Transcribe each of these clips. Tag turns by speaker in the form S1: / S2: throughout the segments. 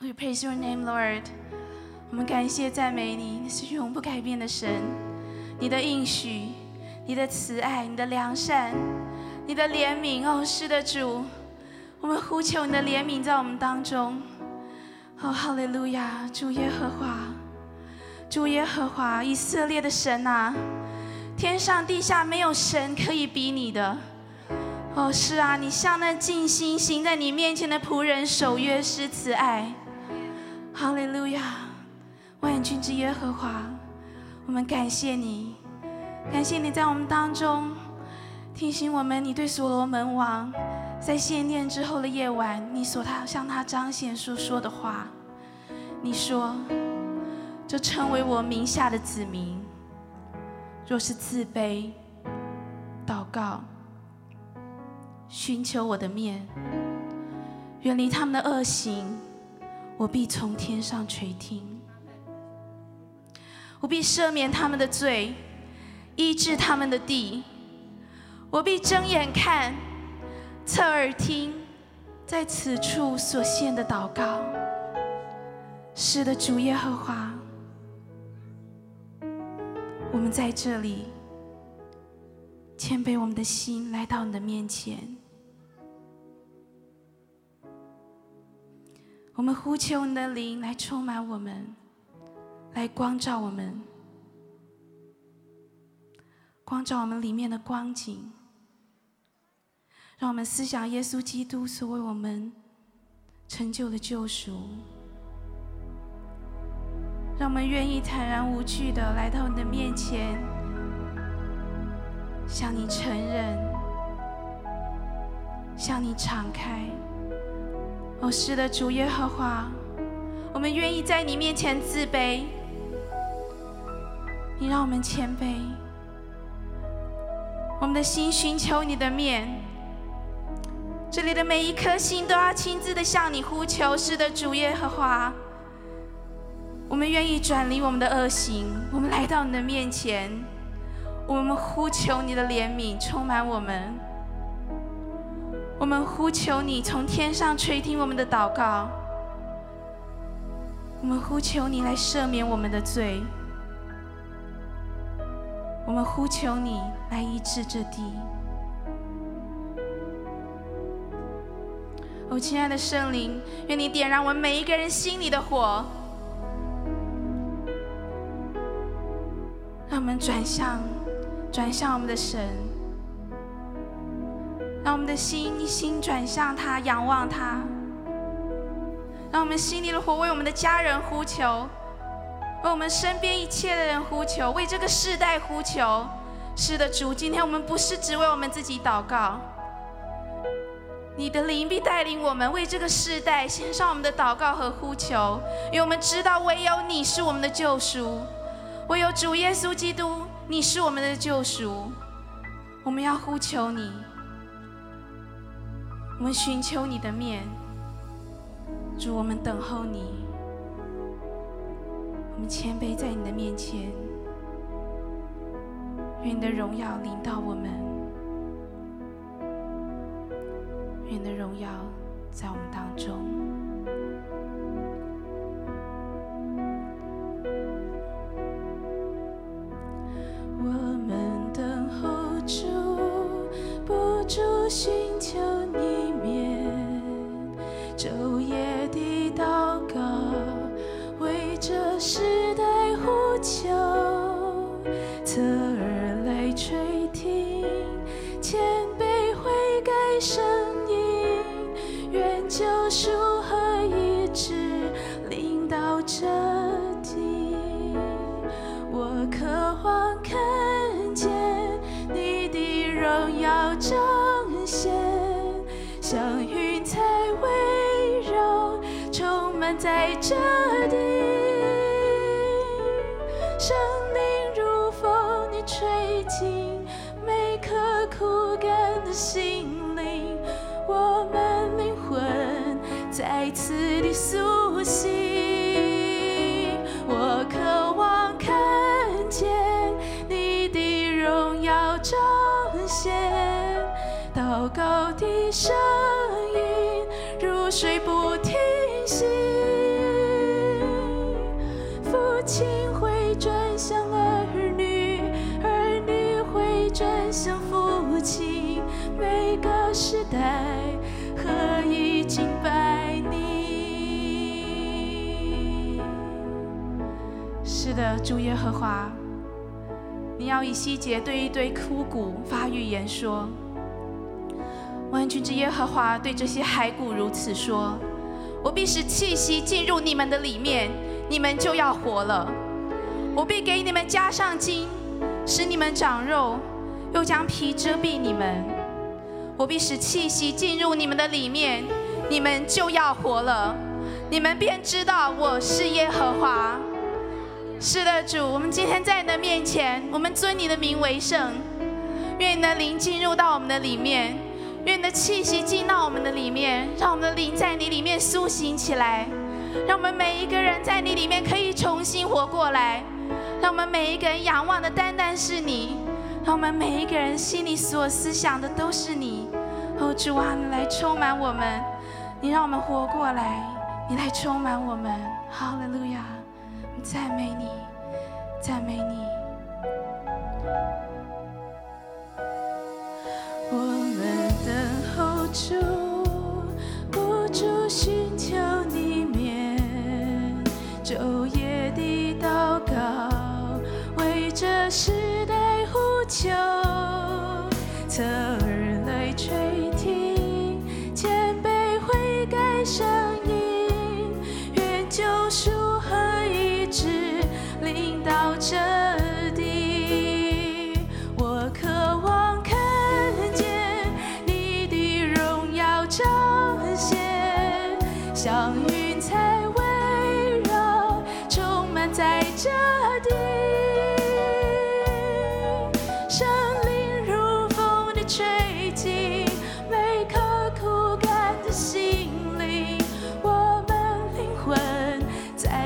S1: We praise your name, Lord。我们感谢赞美你，你是永不改变的神。你的应许，你的慈爱，你的良善，你的怜悯，哦，是的，主，我们呼求你的怜悯在我们当中。哦，哈利路亚，主耶和华，主耶和华，以色列的神啊，天上地下没有神可以比你的。哦，是啊，你向那尽心行在你面前的仆人守约施慈爱。哈利路亚，万军之耶和华，我们感谢你，感谢你在我们当中提醒我们，你对所罗门王在献殿之后的夜晚，你所他向他彰显所说的话。你说：“这称为我名下的子民，若是自卑、祷告、寻求我的面，远离他们的恶行，我必从天上垂听，我必赦免他们的罪，医治他们的地，我必睁眼看，侧耳听，在此处所献的祷告。是的，主耶和华，我们在这里。谦卑我们的心来到你的面前。我们呼求你的灵来充满我们，来光照我们，光照我们里面的光景，让我们思想耶稣基督所为我们成就的救赎，让我们愿意坦然无惧的来到你的面前。向你承认，向你敞开。哦，是的，主耶和华，我们愿意在你面前自卑，你让我们谦卑，我们的心寻求你的面。这里的每一颗心都要亲自的向你呼求，是的，主耶和华，我们愿意转离我们的恶行，我们来到你的面前。我们呼求你的怜悯充满我们，我们呼求你从天上垂听我们的祷告，我们呼求你来赦免我们的罪，我们呼求你来医治这地。哦，亲爱的圣灵，愿你点燃我们每一个人心里的火。让我们转向，转向我们的神，让我们的心一心转向他，仰望他，让我们心里的火为我们的家人呼求，为我们身边一切的人呼求，为这个世代呼求。是的，主，今天我们不是只为我们自己祷告，你的灵必带领我们为这个世代献上我们的祷告和呼求，因为我们知道唯有你是我们的救赎。唯有主耶稣基督，你是我们的救赎。我们要呼求你，我们寻求你的面，主，我们等候你，我们谦卑在你的面前，愿你的荣耀临到我们，愿你的荣耀在我们当中。我们等候主，不住寻求你面，昼夜地祷告，为这时代呼求，侧耳来垂听，谦卑悔改声音，愿救赎和医治领导这地。我渴望看见你的荣耀彰显，像云彩温柔充满在这地。生命如风，你吹进每颗枯干的心灵，我们灵魂再次的苏醒。我渴望看见你的荣耀彰显，祷告的声音如水不停息。是的，主耶和华，你要以西结对一堆枯骨发预言说：“万军之耶和华对这些骸骨如此说：我必使气息进入你们的里面，你们就要活了。我必给你们加上筋，使你们长肉，又将皮遮蔽你们。我必使气息进入你们的里面，你们就要活了。”你们便知道我是耶和华。是的，主，我们今天在你的面前，我们尊你的名为圣。愿你的灵进入到我们的里面，愿你的气息进到我们的里面，让我们的灵在你里面苏醒起来，让我们每一个人在你里面可以重新活过来，让我们每一个人仰望的单单是你，让我们每一个人心里所思想的都是你。哦，主啊，你来充满我们，你让我们活过来，你来充满我们。哈利路亚，我们赞美你，赞美你。我们等候主，无助寻求你面，昼夜地祷告，为这时代呼求，侧耳来垂听，谦卑悔改声音，愿救赎和医治领到这地。我渴望看见你的荣耀彰显，像云彩围绕，充满在这地。圣灵如风的吹进每颗枯干的心灵，我们灵魂在啊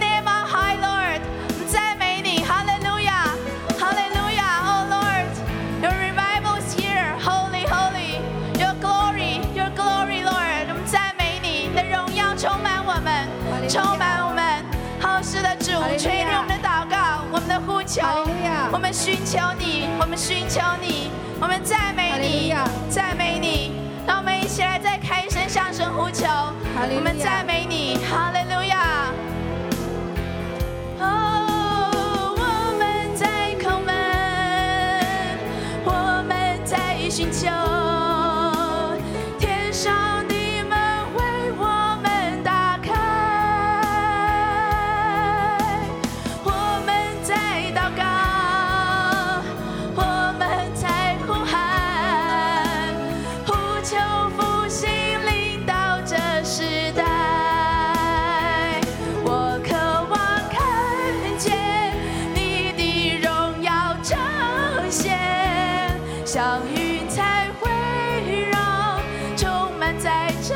S1: Oh, 充满我们。好，是的，主，
S2: 哈利路亚
S1: 垂听我们的祷告，我们的呼求
S2: 哈利路亚，
S1: 我们寻求你，我们寻求你，我们赞美
S2: 哈利路
S1: 你
S2: 亚，
S1: 赞美你。让我们一起来再开声向神呼求，
S2: 利路亚
S1: 我们赞美你，哈利路亚。哦，我们在叩门，我们在寻求，天上的门为我们打开。我们在祷告，我们在呼喊，呼求复兴领导这时代。我渴望看见你的荣耀彰显，像云彩围绕，充满在这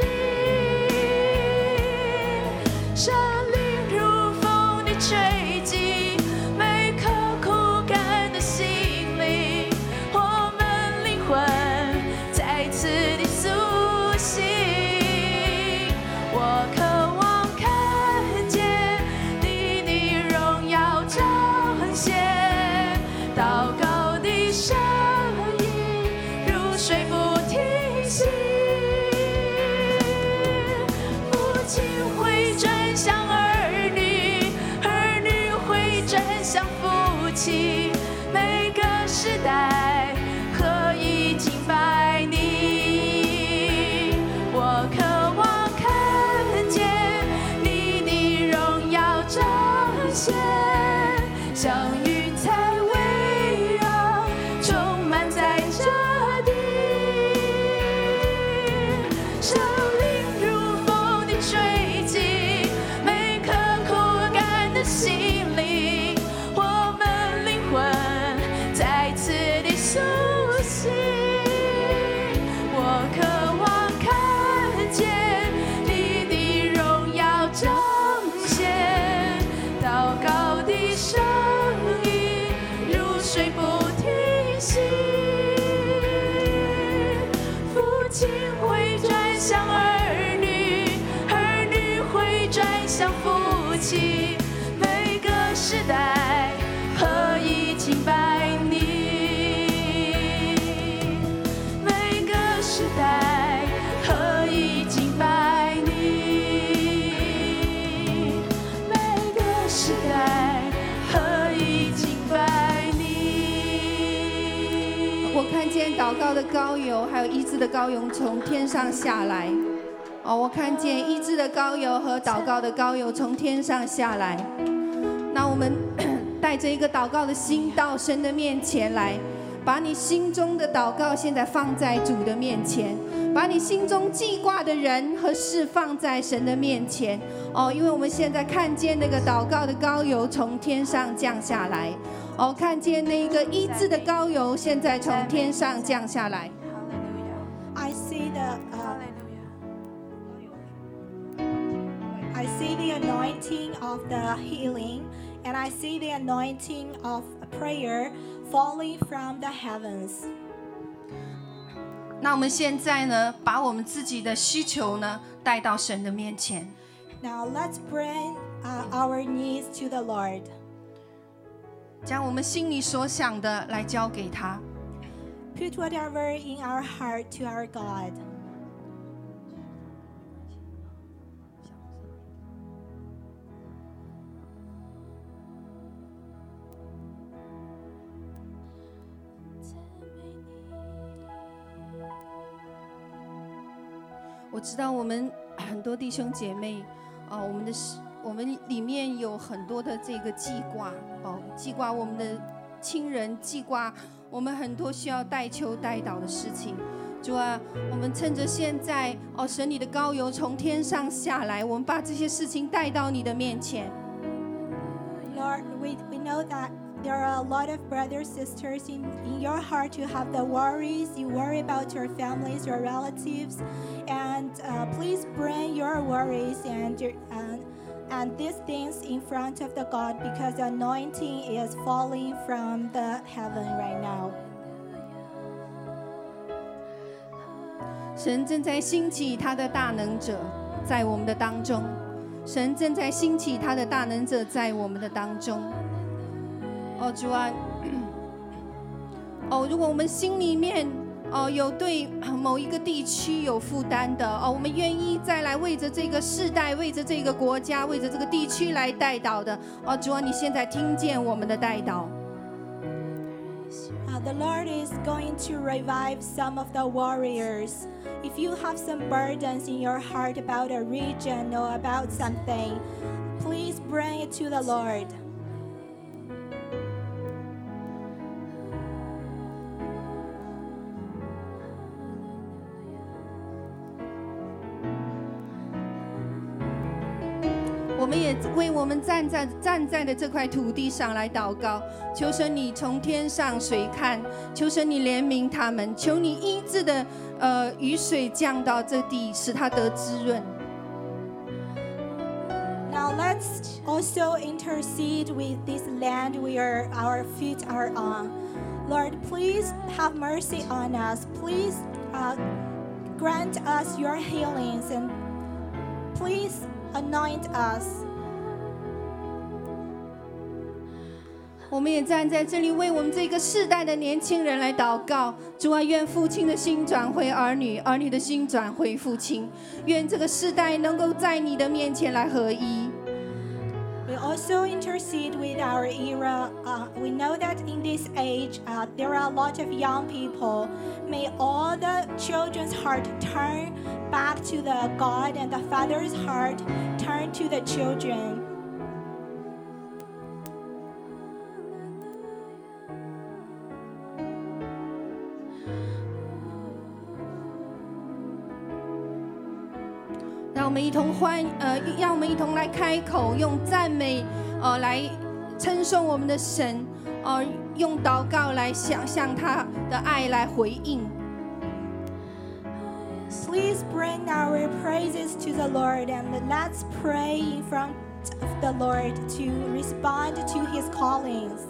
S1: 地。山林如风的吹击，每颗枯干的心灵，我们灵魂再次的苏醒。我渴望看见你的荣耀彰显，祷告的声音如水不停息。父亲会转向儿女，儿女会转向父亲，每个时代何以敬拜你？我渴望看见你的荣耀彰显，像云彩围绕，充满在这地。生命如风的吹击，每颗枯干的心灵，我们灵魂再次的苏醒。我渴望看见你的荣耀彰显，祷告的声音如水不停息。父亲会转向儿女，儿女会转向父亲，每个时代何以敬拜你？每个时代何以敬拜你？每个时代何以敬拜你？
S2: 我看见祷告的高油，还有医治的高油从天上下来。哦，我看见医治的高油和祷告的高油从天上下来。那我们 带着一个祷告的心到神的面前来，把你心中的祷告现在放在主的面前，把你心中记挂的人和事放在神的面前。哦，因为我们现在看见那个祷告的高油从天上降下来，哦，看见那个医治的高油现在从天上降下来。
S1: Hallelujah.
S3: I see the uh,
S1: Hallelujah.
S3: I see the anointing of the healing and I see the anointing of prayer falling from the heavens.
S2: 那我们现在呢，把我们自己的需求呢带到神的面前。
S3: Now let's bring uh, our needs to the Lord.
S2: 将我们心里所想的来交给他。
S3: Put whatever in our heart to our God.
S2: 我知道我们很多弟兄姐妹，啊、我们的是我们里面有很多的这个记挂哦，记挂我们的亲人，记挂我们很多需要代求代祷的事情。主啊，我们趁着现在哦，神你的高油从天上下来，我们把这些事情带到你的面前。
S3: Lord, we, we know that there are a lot of brothers, sisters in, in your heart. You have the worries, you worry about your families, your relatives, and uh, please bring your worries and your and, and these things in front of the God because the anointing is falling from the heaven right now.
S2: 神正在兴起他的大能者在我们的当中，神正在兴起他的大能者在我们的当中。哦，主啊，哦，如果我们心里面哦有对某一个地区有负担的哦，我们愿意再来为着这个世代、为着这个国家、为着这个地区来代祷的哦，主啊，你现在听见我们的代祷。
S3: Uh, the Lord is going to revive some of the warriors. If you have some burdens in your heart about a region or about something, please bring it to the Lord.
S2: 我们也为我们站在站在的这块土地上来祷告，求神你从天上水看，求神你怜悯他们，求你医治的呃雨水降到这地，使它得滋润。
S3: Now let's also intercede with this land where our feet are on. Lord, please have mercy on us. Please uh, grant us your healings and please anoint us.
S2: 我们也站在这里为我们这个世代的年轻人来祷告，主啊，愿父亲的心转回儿女，儿女的心转回父亲，愿这个世代能够在你的面前来合一。
S3: We also intercede with our era. Uh, we know that in this age, uh, there are a lot of young people. May all the children's heart turn back to the God and the Father's heart turn to the children.
S2: 让我们一同欢，呃，让我们一同来开口，用赞美，呃，来称颂我们的神，呃，用祷告来向向他的爱来回应。
S3: Please bring our praises to the Lord and let's pray in front of the Lord to respond to his callings.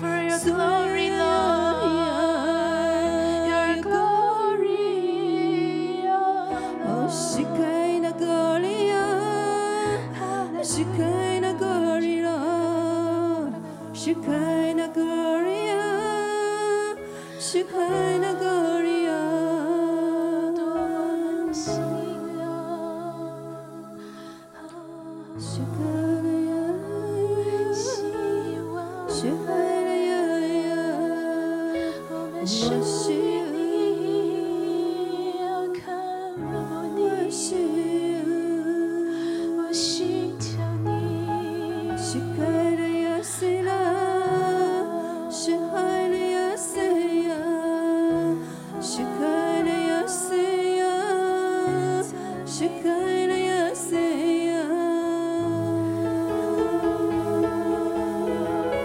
S1: For your glory, Lord, your glory. Oh,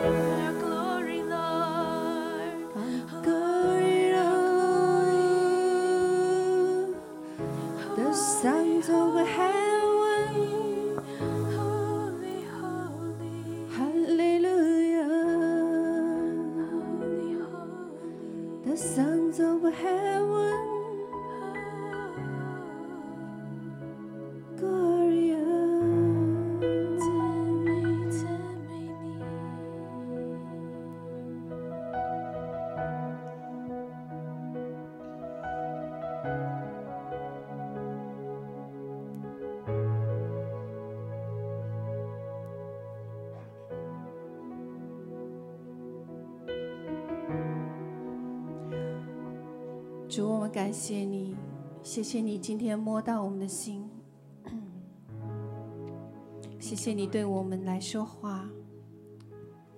S1: your glory, Lord. Glory, Lord.
S2: The sun's over heaven. Gloria. 主，我们感谢你，谢谢你今天摸到我们的心， 谢谢你对我们来说话。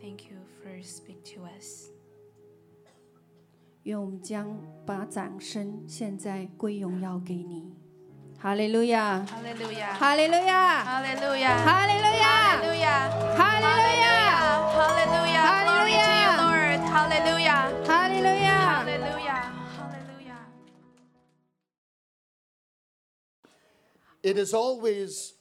S1: Thank you for speak to us.
S2: 愿我们将把掌声现在归荣耀给你。哈利路亚，
S1: Hallelujah.
S2: 哈利路
S1: Hallelujah.
S2: 亚，哈利路亚，
S1: Hallelujah.
S2: 哈利路亚，
S1: Hallelujah. Glory to you,
S2: Hallelujah.
S1: Lord. Hallelujah.
S2: 哈利路亚。
S1: Hallelujah. Hallelujah.
S4: It is always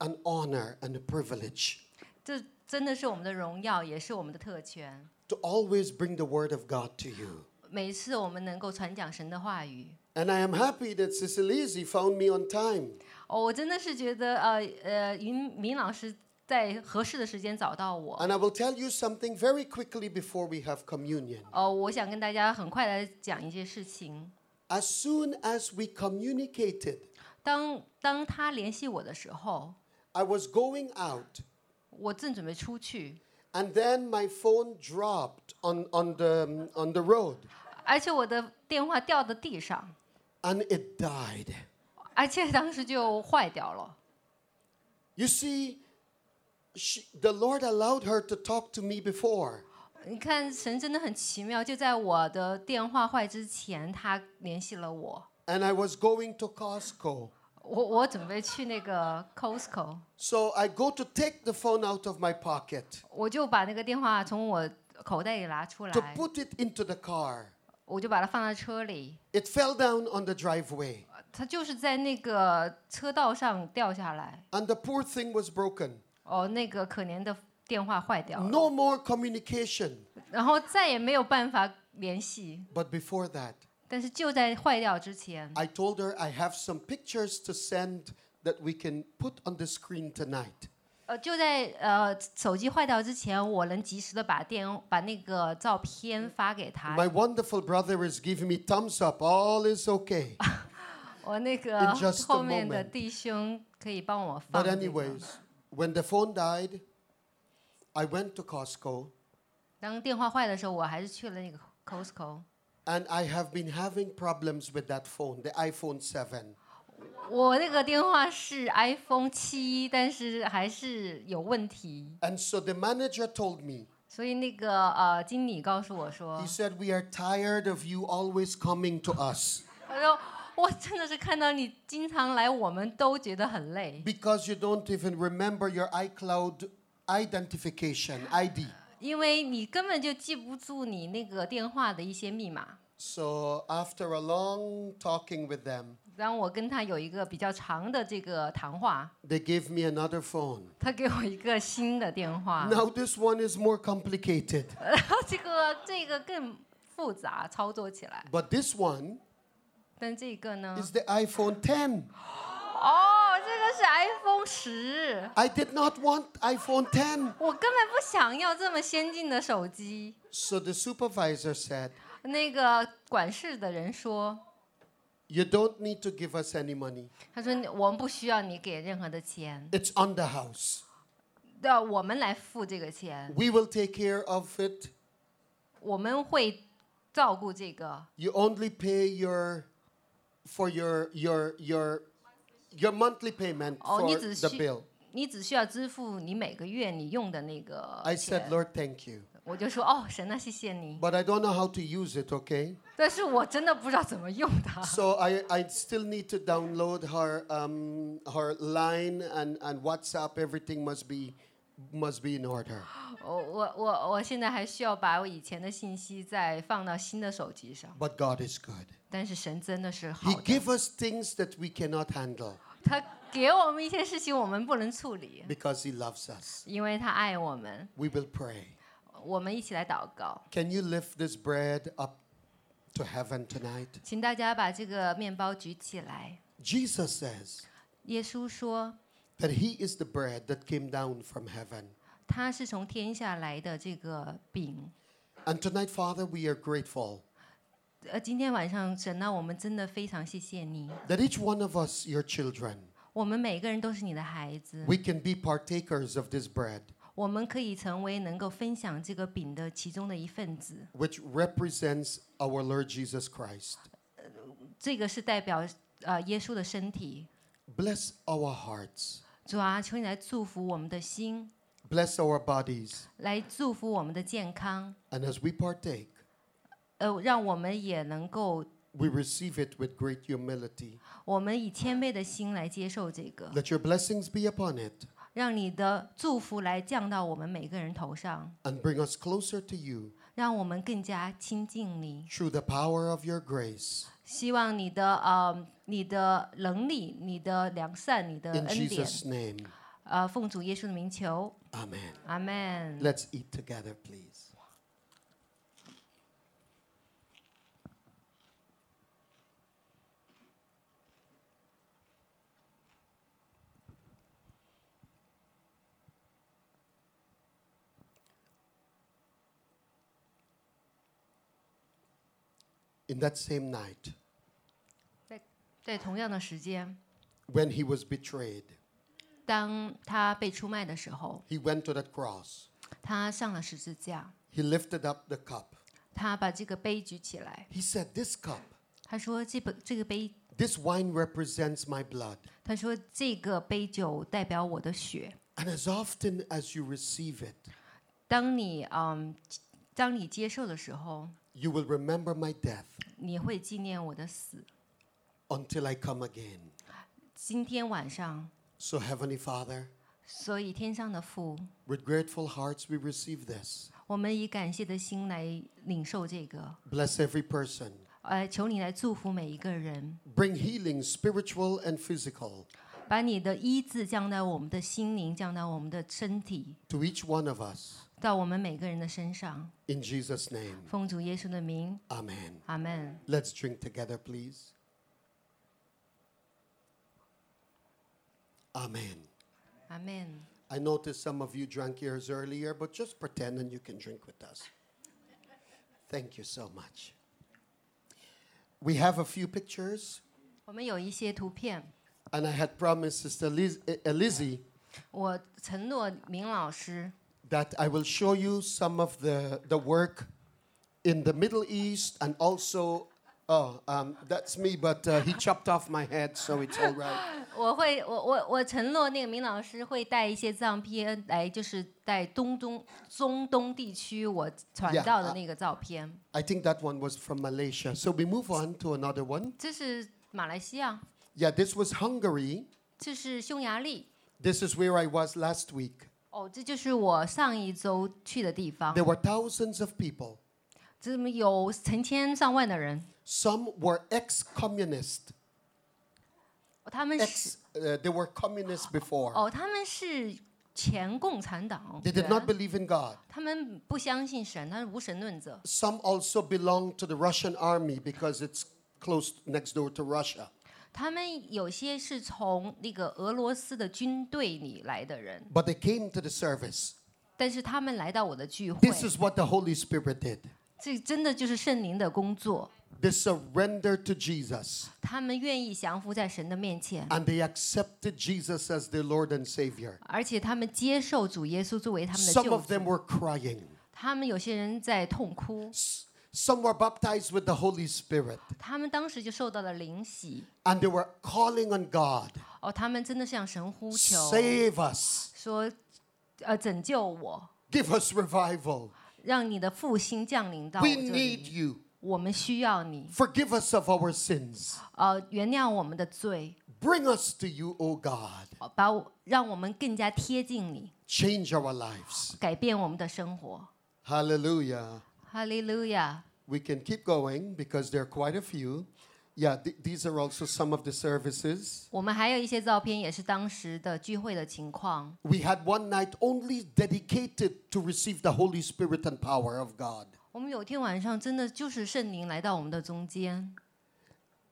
S4: an honor and a privilege
S5: 这真的是我们的荣耀，也是我们的特权。
S4: to always bring the word of God to you.
S5: 每一次我们能够传讲神的话语，
S4: And I am happy that Sicilese found me on time.
S5: 哦，我真的是觉得，呃呃，云明老师在合适的时间找到我。
S4: And I will tell you something very quickly before we have communion.
S5: 哦，我想跟大家很快来讲一件事情。
S4: As soon as we communicated,
S5: 当当他联系我的时候，
S4: I was going out,
S5: 我正准备出去，
S4: and then my phone dropped on, on, the, on the road,
S5: 而且我的电话掉到地上，
S4: and it died.
S5: 而且当时就坏掉了。
S4: You see, she, the Lord allowed her to talk to me before.
S5: 你看，神真的很奇妙，就在我的电话坏之前，他联系了我。
S4: and I was going to Costco.
S5: 我我准备去那个 Costco，
S4: So I go to take the phone out of my pocket
S5: 我就把那个电话从我口袋里拿出
S4: to
S5: 来，
S4: put it into the car.
S5: 我就把它放在车里。
S4: It fell down on the driveway,
S5: 它就是在那个车道上掉下来，
S4: and the poor thing was broken.
S5: 哦，那个可怜的电话坏掉了，
S4: No more communication.
S5: 然后再也没有办法联系。
S4: But before that,
S5: 但是就在坏掉之前，
S4: I told her I have some pictures to send that we can put on the screen tonight.
S5: 呃，就在呃手机坏掉之前，我能及时的把电把那个照片发给他。
S4: My wonderful brother is giving me thumbs up. All is okay.
S5: 我那个
S4: In just a
S5: 后面的
S4: moment.
S5: 弟兄可以帮我放
S4: But
S5: 这个。
S4: anyways, when the phone died, I went to Costco
S5: 当电话坏的时候，我还是去了那个 Costco。
S4: And I have been having problems with that phone, the iPhone 7.
S5: 我那个电话是 iPhone 七，但是还是有问题，
S4: And so the manager told me,
S5: 所以那个呃经理告诉我说
S4: he，said, We are tired of you always coming to us
S5: 他说我真的是看到你经常来，我们都觉得很累，
S4: because you don't even remember your iCloud identification, ID.
S5: 因为你根本就记不住你那个电话的一些密码。
S4: So after a long talking with them,
S5: 然后我跟他有一个比较长的这个谈话，
S4: they gave me another phone.
S5: 他给我一个新的电话，
S4: Now this one is more complicated,
S5: 然后 这个这个更复杂操作起来，
S4: but this one
S5: 但这个呢？
S4: is the iPhone 10.
S5: 哦，这个是 iPhone 十，
S4: I did not want iPhone 10.
S5: 我根本不想要这么先进的手机。
S4: So the supervisor said,
S5: 那个管事的人说
S4: You don't need to give us any money.：“
S5: 他说我们不需要你给任何的钱，
S4: It's on the house.
S5: 要我们来付这个钱，
S4: We will take care of it.
S5: 我们会照顾这个。
S4: You only pay your for your your your your monthly payment
S5: 哦，
S4: for
S5: 你只
S4: the
S5: 需
S4: bill.
S5: 你只需要支付你每个月你用的那个
S4: I said,
S5: 钱。”
S4: Lord, thank you.
S5: 我就说：“哦，神啊，谢谢你。
S4: But I don't know how to use it, okay? ”
S5: 但是我真的不知道怎么用它。
S4: So I, I still need to download her um, her line and, and WhatsApp. Everything must be must be in order.
S5: 我我我我现在还需要把我以前的信息再放到新的手机上。
S4: But God is good.
S5: 但是神真的是
S4: He
S5: 好的，
S4: give us things that we cannot handle
S5: 他给我们一些事情我们不能处理，
S4: because He loves us.
S5: 因为他爱我们。
S4: We will pray.
S5: 我们一起来祷告，
S4: Can you lift this bread up to heaven tonight.
S5: 请大家把这个面包举起来。
S4: Jesus says
S5: 耶稣说，
S4: that He is the bread that came down from heaven.
S5: 他是从天下来的这个饼。
S4: And tonight, Father, we are grateful
S5: 呃，今天晚上神呢，我们真的非常谢谢你。
S4: that each one of us, your children,
S5: 我们每个人都是你的孩子，
S4: we can be partakers of this bread,
S5: 我们可以成为能够分享这个饼的其中的一份子。
S4: which represents our Lord Jesus Christ.
S5: 这个是代表呃耶稣的身体。
S4: Bless our hearts,
S5: 主啊，求你来祝福我们的心，
S4: bless our bodies,
S5: 来祝福我们的健康，
S4: and as we partake,
S5: 呃，让我们也能够，
S4: we receive it with great humility.
S5: 我们以谦卑的心来接受这个，
S4: Let your blessings be upon it
S5: 让你的祝福来降到我们每个人头上，
S4: and bring us closer to you
S5: 让我们更加亲近你。
S4: through the power of your grace.
S5: 希望你的呃，你的能力、你的良善、你的
S4: In
S5: 恩典，
S4: Jesus' name,
S5: 呃，奉主耶稣的名求，
S4: amen.
S5: 阿门。
S4: Let's eat together, please. In that same night,
S5: 在同样的时间，
S4: when he was betrayed,
S5: 当他被出卖的时候，
S4: he went to that cross.
S5: 他上了十字架，
S4: He lifted up the cup.
S5: 他把这个杯举起来。
S4: He said, This cup,
S5: 他说这本这个杯，
S4: this wine represents my blood.
S5: 他说这个杯酒代表我的血。
S4: And as often as you receive it,
S5: 当你嗯，当你接受的时候，
S4: you will remember my death
S5: 你会纪念我的死。
S4: until I come again.
S5: 今天晚上，
S4: So, Heavenly Father,
S5: 所以天上的父，
S4: with grateful hearts we receive this.
S5: 我们以感谢的心来领受这个，
S4: Bless every person.
S5: 呃，求你来祝福每一个人，
S4: Bring healing, spiritual and physical,
S5: 把你的医治降到我们的心灵，降到我们的身体，
S4: to each one of us.
S5: 到我们每个人的身上。
S4: In Jesus' name,
S5: 奉主耶稣的名，
S4: Amen.
S5: 阿门。
S4: Let's drink together, please. Amen.
S5: 阿门。
S4: I noticed some of you drank yours earlier, but just pretend and you can drink with us. Thank you so much. We have a few pictures,
S5: 我们有一些图片，
S4: and I had promised Sister Liz- eh, eh, Lizzie
S5: 我承诺明老师，
S4: that I will show you some of the, the work in the Middle East and also. Oh, um, that's me, but uh, he chopped off my head, so it's all right.
S5: 我会，我我我承诺那个明老师会带一些照片来，就是带东中中东地区我传
S4: Yeah，
S5: 到的
S4: 啊
S5: 那个照片。
S4: I think that one was from Malaysia. So we move on to another one.
S5: 这是马来西亚，
S4: Yeah, this was Hungary.
S5: 这是匈牙利，
S4: This is where I was last week.
S5: 哦，这就是我上一周去的地方
S4: There。were thousands of people.
S5: 这么有成千上万的人，
S4: Some were ex-communist.
S5: 哦他们是
S4: Ex, uh, they were communists before.
S5: 哦，他们是前共产党
S4: They did
S5: 员
S4: not believe in God.
S5: 他们不相信神，他是无神论者。
S4: Some also belonged to the Russian army because it's close next door to Russia.
S5: 他们有些是从那个俄罗斯的军队里来的人，
S4: But they came to the service.
S5: 但是他们来到我的聚会，
S4: This is what the Holy Spirit did.
S5: 这真的就是圣灵的工作。
S4: They surrendered to Jesus
S5: 他们愿意降服在神的面前，
S4: and they accepted Jesus as their Lord and Savior.
S5: 而且他们接受主耶稣作为他们的
S4: Some
S5: 救
S4: of
S5: 主。
S4: them were crying.
S5: 他们有些人在痛哭，
S4: Some were baptized with the Holy Spirit
S5: 他们当时就受到了灵洗。
S4: and they were calling on God
S5: 哦，他们真的向神呼求，
S4: Save us.
S5: 说：“呃，拯救我，
S4: Give us revival.
S5: 让你的复兴降临到我
S4: We
S5: 这
S4: need
S5: 里，
S4: you.
S5: 我们需要你。
S4: Forgive us of our sins.
S5: 呃，原谅我们的罪。”呃
S4: Bring us to you, O God.
S5: 把我让我们更加贴近你，
S4: Change our lives.
S5: 改变我们的生活。
S4: Hallelujah.
S5: 哈利路亚！
S4: We can keep going because there are quite a few. Yeah, th- these are also some of the services.
S5: 我们还有一些照片，也是当时的聚会的情况。
S4: We had one night only dedicated to receive the Holy Spirit and power of God.
S5: 我们有一天晚上真的就是圣灵来到我们的中间。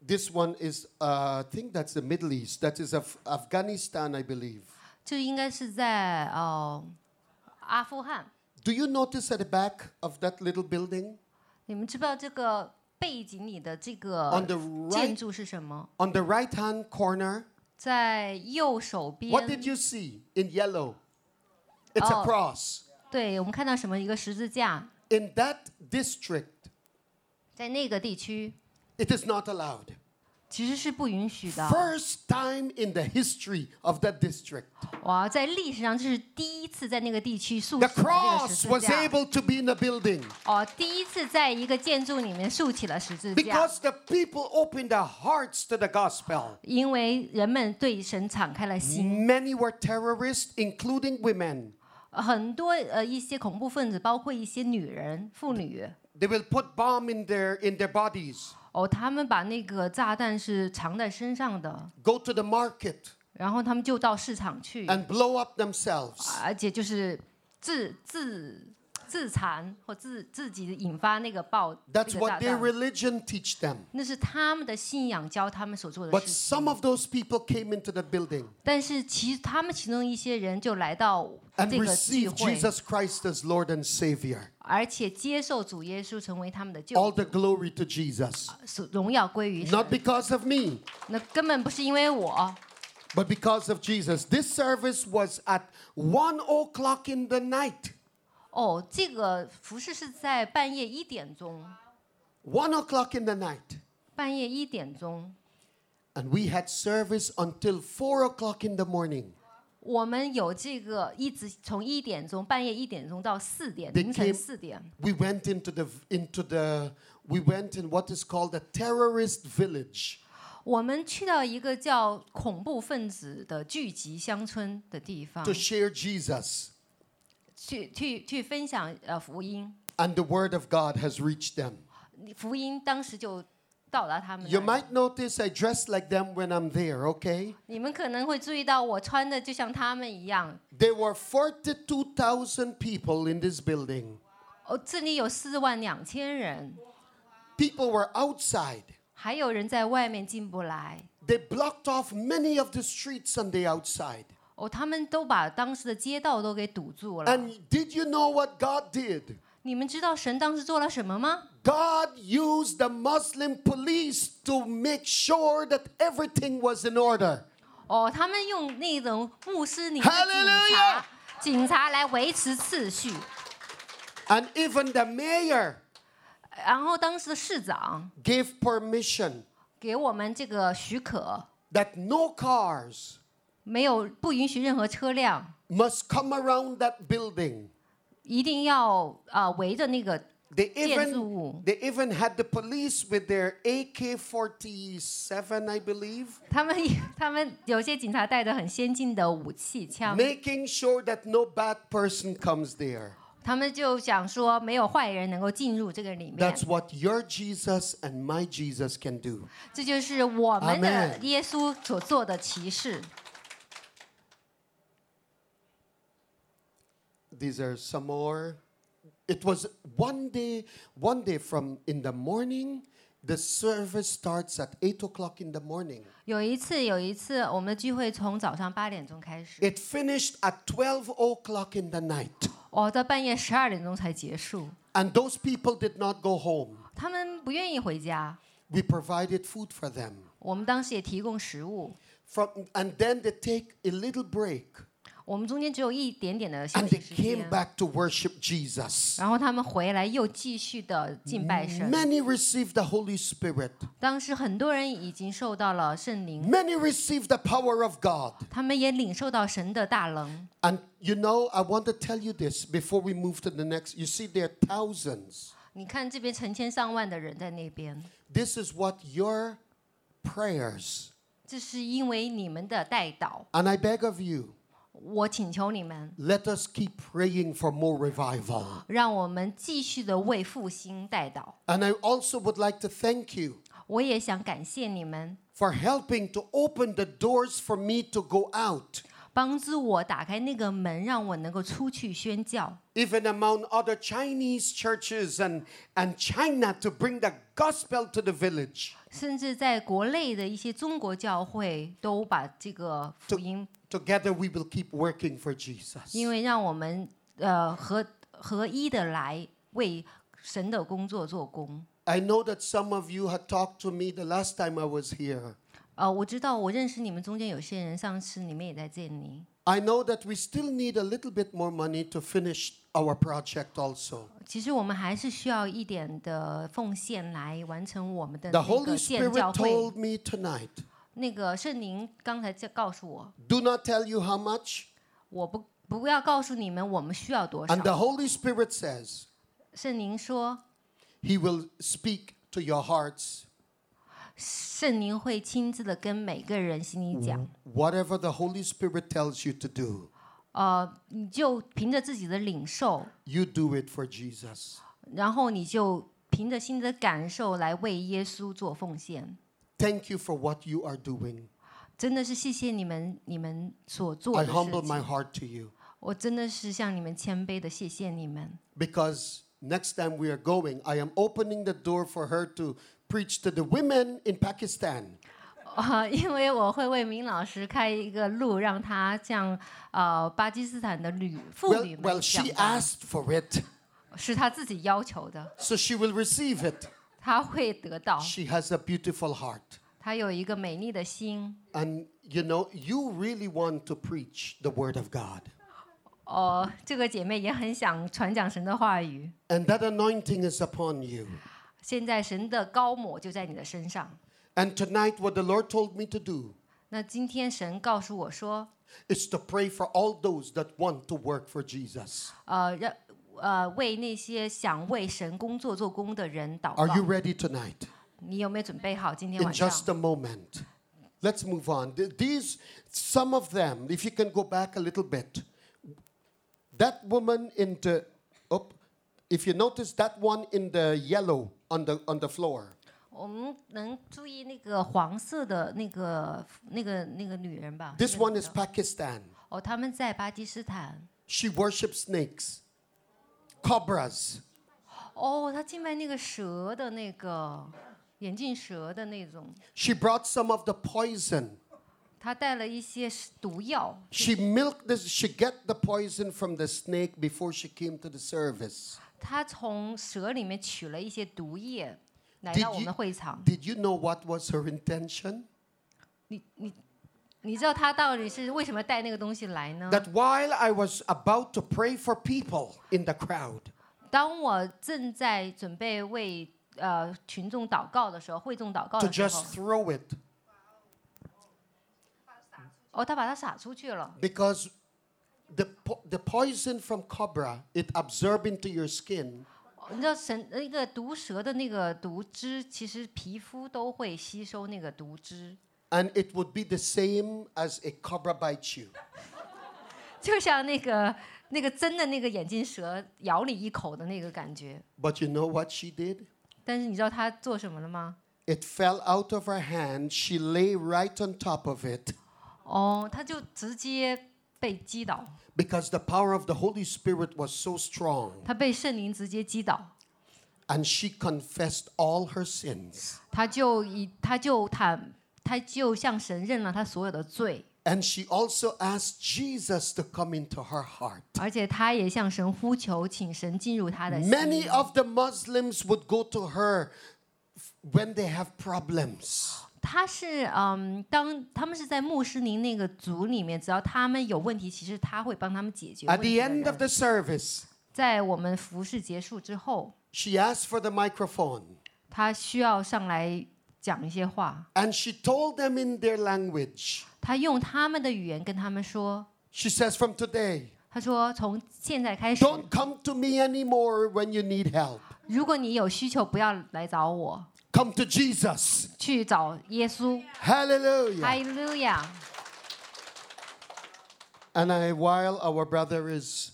S4: This one is, uh, I think that's the Middle East. That is Af- Afghanistan, I believe.
S5: 这应该是在哦、阿富汗。
S4: Do you notice at the back of that little building,
S5: 你们知不知道这个背景里的这
S4: on
S5: 个
S4: the
S5: 建
S4: right,
S5: 筑是什么？
S4: on the right-hand corner?
S5: 在右手
S4: What did
S5: 边，
S4: you see in yellow? It's a
S5: Oh.
S4: cross.
S5: 对我们看到什么？一个十字架，
S4: In that district,
S5: 在那个地区
S4: it is not allowed.
S5: 其实是不允许的。
S4: First time in the history of that district,
S5: 哇，在历史上这是第一次在那个地区竖
S4: the
S5: 起了这个
S4: cross
S5: 十字
S4: was
S5: 架。
S4: able to be in a building
S5: 哦，第一次在一个建筑里面竖起了十字架，
S4: because the people opened their hearts to the gospel.
S5: 因为人们对神敞开了心。
S4: Many were terrorists, including women.
S5: 很多呃一些恐怖分子，包括一些女人、妇女，
S4: They will put bomb in their in their bodies.
S5: 哦，他们把那个炸弹是藏在身上的，
S4: Go to the market
S5: 然后他们就到市场去，
S4: and blow up themselves.
S5: 而且就是自自自残或自自己引发那个爆那
S4: That's
S5: 个炸
S4: what their
S5: 弹。
S4: religion teach them.
S5: 那是他们的信仰教他们所做的
S4: But
S5: 事
S4: some
S5: 情，
S4: of those people came into the building
S5: 但是其他们其中一些人就来到
S4: and
S5: 这个聚
S4: received
S5: 会，
S4: Jesus Christ as Lord and Savior.
S5: 而且接受主耶稣成为他们的
S4: All
S5: 救
S4: the glory to Jesus.
S5: 主，荣耀归于神
S4: Not。because of me,
S5: 那根本不是因为我，
S4: but because of Jesus. This service was at one o'clock in the night.
S5: 哦，这个服饰是在半夜一点钟，
S4: One o'clock in the night.
S5: 半夜一点钟，
S4: And we had service until four o'clock in the morning.
S5: 我们有这个一直从一点钟，半夜一点钟到四点，
S4: They
S5: 凌晨
S4: came-
S5: 四点，
S4: we went into the into the we went in what is called a terrorist village
S5: 我们去到一个叫恐怖分子的聚集乡村的地方
S4: to，share Jesus
S5: 去去去分享呃福音，
S4: and the word of God has reached them.
S5: 福音当时就到达他们
S4: You
S5: 那里。
S4: might notice I dress like them when I'm there, okay?
S5: 你们可能会注意到我穿的就像他们一样，
S4: There were 42,000 people in this building.
S5: 哦，这里有四万两千人，
S4: People were outside.
S5: 还有人在外面进不来。
S4: They blocked off many of the streets on the outside.
S5: 哦，他们都把当时的街道都给堵住了。
S4: And did you know what God did?
S5: 你们知道神当时做了什么吗？
S4: God used the Muslim police to make sure that everything was in order.
S5: 哦，他们用那种穆斯林的警
S4: Hallelujah！
S5: 察，警察来维持秩序。
S4: And even the mayor
S5: 然后当时的市长
S4: gave permission
S5: 给我们这个许可，
S4: that no cars
S5: 没有不允许任何车辆，
S4: must come around that building.
S5: 一定要啊围着那个
S4: They
S5: 建筑
S4: even
S5: 物。
S4: they even had the police with their AK-47, I believe,
S5: 他们 他们有些警察带着很先进的武器枪，
S4: making sure that no bad person comes there.
S5: 他们就想说没有坏人能够进入这个里面。
S4: That's what your Jesus and my Jesus can do.
S5: 这就是我们的
S4: Amen
S5: 耶稣所做的奇事。
S4: These are some more. It was one day, one day from in the morning. The service starts at eight o'clock in the morning.
S5: 有一次，有一次，我们的聚会从早上八点钟开始，
S4: It finished at 12 o'clock in the night.
S5: 哦，到半夜十二点钟才结束。
S4: And those people did not go home.
S5: 他们不愿意回家，
S4: We provided food for them.
S5: 我们当时也提供食物，
S4: From, and then they take a little break
S5: 我们中间只有一点点的休
S4: and
S5: 息
S4: they
S5: 时
S4: came
S5: 间。
S4: back to worship Jesus.
S5: 然后他们回来又继续的敬拜神。
S4: Many received the Holy Spirit.
S5: 当时很多人已经受到了圣灵，
S4: Many received the power of God.
S5: 他们也领受到神的大能。
S4: And you know, I want to tell you this before we move to the next. You see, there are thousands.
S5: 你看这边成千上万的人在那边，
S4: This is what your prayers,
S5: 这是因为你们的带祷。
S4: and I beg of you,
S5: 我请求你们，
S4: let us keep praying for more revival.
S5: 让我们继续的为复兴代祷。
S4: And I also would like to thank you
S5: 我也想感谢你们，
S4: for helping to open the doors for me to go out.
S5: 帮助我打开那个门，让我能够出去宣教。
S4: even among other Chinese churches and, and China to bring the gospel to the village,
S5: 甚至在国内的一些中国教会都把这个福音，
S4: together we will keep working for Jesus.
S5: 因为让我们呃合合一的来为神的工作做工。
S4: I know that some of you had talked to me the last time I was here.
S5: 呃，我知道，我认识你们中间有些人，上次你们也在这里。
S4: I know that we still need a little bit more money to finish our project also.
S5: 其实我们还是需要一点的奉献来完成我们的
S4: The
S5: 那
S4: Holy
S5: 个建教
S4: Spirit
S5: 会。
S4: told me tonight,
S5: 那个圣灵刚才就告诉我，
S4: do not tell you how much.
S5: 我不不要告诉你们我们需要多
S4: And the
S5: 少。
S4: Holy Spirit says,
S5: 圣灵说，
S4: He will speak to your hearts.
S5: 圣灵会亲自的跟每个人心
S4: 嗯
S5: 里讲，
S4: Whatever the Holy Spirit tells you to do,
S5: 呃，你就凭着自己的领受，
S4: you do it for Jesus.
S5: 然后你就凭着心里的感受来为耶稣做奉献。
S4: Thank you for what you are doing.
S5: 真的是谢谢你们，你们所做
S4: I
S5: 的事
S4: humble
S5: 情
S4: my。heart to you
S5: 我真的是向你们谦卑的谢谢你们。
S4: because next time we are going, I am opening the door for her to preach to the women in Pakistan.
S5: 啊，因为我会为明老师开一个路，让他向呃巴基斯坦的女妇
S4: Well,
S5: 女们
S4: well,
S5: 讲
S4: she
S5: 道，
S4: asked for it,
S5: 是他自己要求的，
S4: so she will receive it.
S5: 他会得到。
S4: She has a beautiful heart.
S5: 他有一个美丽的心，
S4: And you know, you really want to preach the Word of God.
S5: 哦，这个姐妹也很想传讲神的话语。
S4: And that anointing is upon you.
S5: 现在神的高抹就在你的身上。
S4: And tonight, what the Lord told me to do
S5: 那今天神告诉我说，
S4: is to pray for all those that want to work for Jesus.
S5: 呃，让呃为那些想为神工作做工的人祷
S4: Are you
S5: 告。
S4: ready tonight?
S5: 你有没有准备好今天
S4: In
S5: 晚上？
S4: just a moment. Let's move on. Th- These, some of them, if you can go back a little bit. That woman in the, up, if you notice that one in the yellow on the, on the floor.
S5: 我们能注意那个黄色的那个那个那个女人吧
S4: This
S5: 那
S4: one
S5: 个
S4: is Pakistan.
S5: 哦，他们在巴基斯坦。
S4: She worships snakes, cobras.
S5: 哦，她敬拜那个蛇的那个眼镜蛇的那种，
S4: She brought some of the poison.
S5: 她带了一些毒药。
S4: She milked this, she get the poison from the snake before she came to the service.
S5: 她从蛇里面取了一些毒液，来
S4: Did
S5: 到我
S4: you-
S5: 们会场。
S4: Did you know what was her intention?
S5: 你你你知道她到底是为什么带那个东西来呢？
S4: That while I was about to pray for people in the crowd,
S5: 当我正在准备为呃群众祷告的时候，会众祷告
S4: to
S5: 的时
S4: just
S5: 候，
S4: throw it,
S5: 哦，她把它撒出去了。
S4: because the, po- the poison from cobra, it absorbed into your skin.
S5: 你知道神那个毒蛇的那个毒汁，其实皮肤都会吸收那个毒汁，
S4: And it would be the same as a cobra bites you.
S5: 就像那个那个真的那个眼镜蛇咬你一口的那个感觉。
S4: But you know what she did?
S5: 但是你知道他做什么了吗？
S4: It fell out of her hand. She lay right on top of it
S5: 哦，他就直接被击倒，
S4: because the power of the Holy Spirit was so strong.
S5: 他被圣灵直接击倒，
S4: And she confessed all her sins.
S5: 他就以他就坦他就向神认了他所有的罪，
S4: And she also asked Jesus to come into her heart.
S5: 而且他也向神呼求，请神进入他的心。
S4: Many of the Muslims would go to her f- when they have problems.
S5: 他是嗯，当他们是在穆斯林那个族里面，只要他们有问题，其实他会帮他们解决问
S4: At
S5: 题
S4: the
S5: 的
S4: end of
S5: 人。
S4: the service,
S5: 在我们服饰结束之后，
S4: she asked for the microphone
S5: 他需要上来讲一些话，
S4: and she told them in their language.
S5: 他用他们的语言跟他们说。
S4: She says, From today,
S5: 他说：“从现在开始，
S4: don't come to me anymore when you need help.
S5: 如果你有需求，不要来找我，
S4: Come to Jesus.
S5: 去找耶稣。
S4: Hallelujah.
S5: 哈利路亚！
S4: And I, while our brother is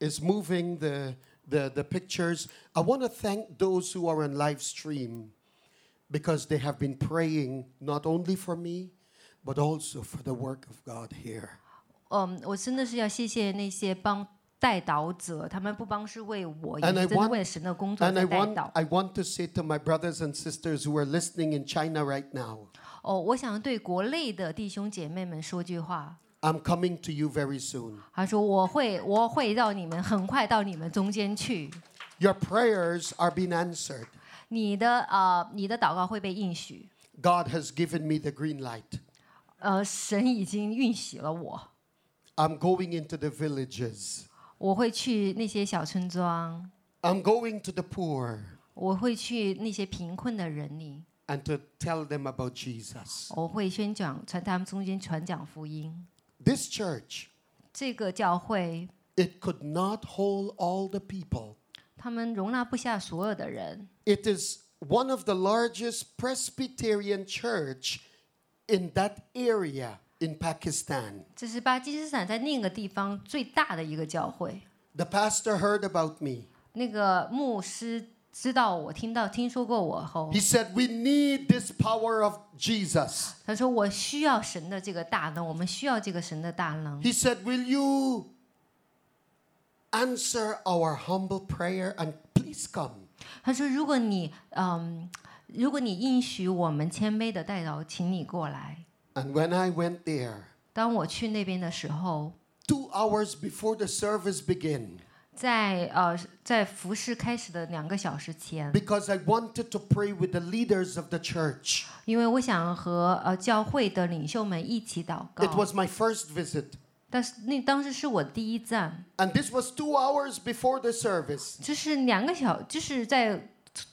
S4: is moving the the, the pictures, I want to thank those who are on live stream because they have been praying not only for me, but also for the work of God here.
S5: 嗯，我真的是要谢谢那些帮带导者，他们不光是为我，也
S4: And I
S5: 真的
S4: want-
S5: 为神的工作
S4: And I
S5: 在带
S4: want,
S5: 导。
S4: I want to say to my brothers and sisters who are listening in China right now
S5: 哦，我想对国内的弟兄姐妹们说句话。
S4: I'm coming to you very soon.
S5: 他说：“我会，我会让你们很快到你们中间去，
S4: Your prayers are being answered.
S5: 你的呃，你的祷告会被应许。
S4: God has given me the green light.
S5: 呃，神已经允许了我，
S4: I'm going into the villages.
S5: 我会去那些小村庄，
S4: I'm going to the poor
S5: 我会去那些贫困的人里，
S4: and to tell them about Jesus.
S5: 我会宣讲传他们中间传讲福音。
S4: This church,
S5: 这个教会
S4: it could not hold all the people.
S5: 他们容纳不下所有的人，
S4: It is one of the largest Presbyterian church in that area in Pakistan.
S5: 这是巴基斯坦在那个地方最大的一个教会。
S4: The pastor heard about me.
S5: 那个牧师知道我听到听说过我后
S4: He，said, We need this power of Jesus.
S5: 他说我需要神的这个大能，我们需要这个神的大能。
S4: He said, Will you answer our humble prayer and please come?
S5: 他说如果你嗯，如果你应许我们谦卑的代劳，请你过来。
S4: And when I went there,
S5: 当我去那边的时候，
S4: two hours before the service began,
S5: 在呃在服饰开始的两个小时前，
S4: because I wanted to pray with the leaders of the church.
S5: 因为我想和呃教会的领袖们一起祷
S4: It
S5: 告，
S4: was my first visit.
S5: 但是那当时是我第一站，
S4: And this was two hours before the service.
S5: 就是两个小，就是在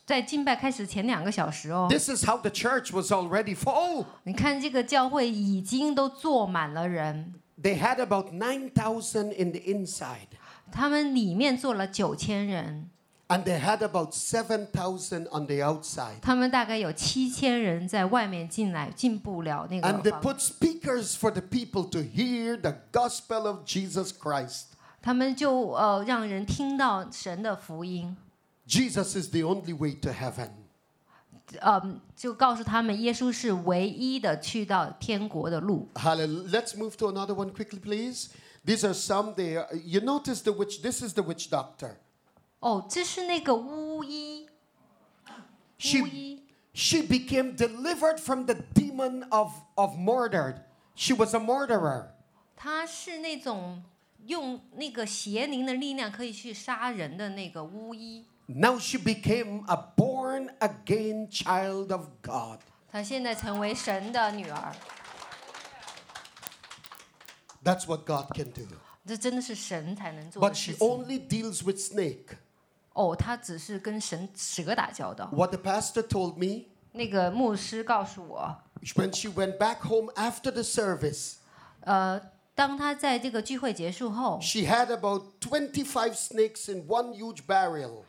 S5: 在敬拜开始前两个小时哦。
S4: This is how the church was already full.
S5: 你看这个教会已经都坐满了人，
S4: They had about 9,000 in the inside,
S5: 他们里面坐了九千人，
S4: and they had about 7,000 on the outside.
S5: 他们大概有七千人在外面进来进不了那
S4: And they
S5: 个房。
S4: put speakers for the people to hear the gospel of Jesus Christ.
S5: 他们就呃让人听到神的福音，
S4: Jesus is the only way to heaven.
S5: 嗯，就告诉他们耶稣是唯一的去到天国的路。
S4: Hallelujah. Let's move to another one quickly, please. These are some. They are, you notice the witch. This is the witch doctor.
S5: 哦，这是那个巫医，巫
S4: She
S5: 医，
S4: she became delivered from the demon of of murder. She was a murderer.
S5: 他是那种用那个邪灵的力量可以去杀人的那个巫医。
S4: Now she became a born again child of God.
S5: 她现在成为神的女儿，
S4: That's what God can do.
S5: 这真的是神才能做的
S4: But
S5: 事
S4: she
S5: 情。
S4: only deals with snake.
S5: 哦，她只是跟神蛇打交道。
S4: What the pastor told me
S5: 那个牧师告诉我，
S4: when she went back home after the service,
S5: 呃，当她在这个聚会结束后，
S4: she had about 25 snakes in one huge barrel.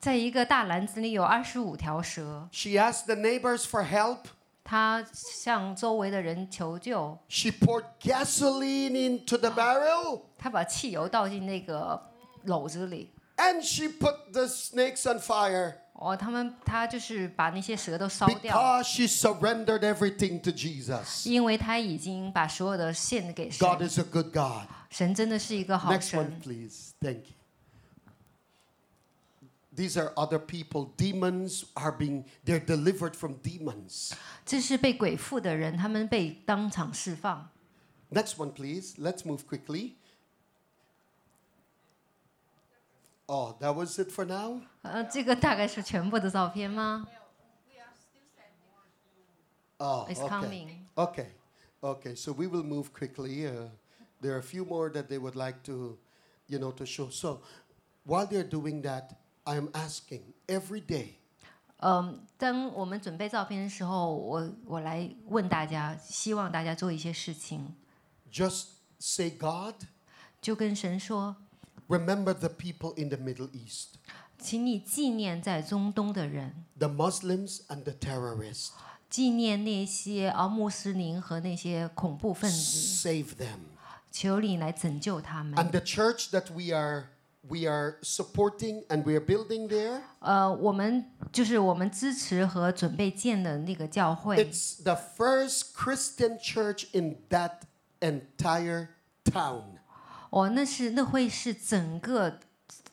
S5: 在一个大篮子里有二十五条蛇，
S4: She asked the neighbors for help.
S5: 她向周围的人求救，
S4: She poured gasoline into the barrel
S5: 她把汽油倒进那个篓子里。
S4: and she put the snakes on fire
S5: 哦，他们他就是把那些蛇都烧掉，
S4: because she surrendered everything to Jesus.
S5: 因为他已经把所有的献给
S4: God
S5: 神。
S4: is a good God.
S5: 神真的是一个好
S4: Next one,
S5: 神。
S4: please. Thank you. These are other people. Demons are being, they're delivered from demons.
S5: 这是被鬼附的人，他们被当场释放。
S4: Next one, please. Let's move quickly. Oh, that was it for now?
S5: 呃，这个大概是全部的照片吗
S4: Oh,
S5: It's
S4: okay.
S5: coming.
S4: Okay, okay. So we will move quickly. Uh, there are a few more that they would like to, you know, to show. So while they're doing that, I am asking every day.
S5: 嗯，当我们准备照片的时候，我我来问大家，希望大家做一些事情，
S4: Just say, God,
S5: 就跟神说，
S4: remember the people in the Middle East,
S5: 请你纪念在中东的人，
S4: the Muslims and the terrorists.
S5: 纪念那些啊穆斯林和那些恐怖分子。
S4: Save them.
S5: 求你来拯救他们
S4: And。the church that we are we are supporting and we are building there.
S5: 呃，我们就是我们支持和准备建的那个教会，
S4: It's the first Christian church in that entire town.
S5: 哦，那是那会是整个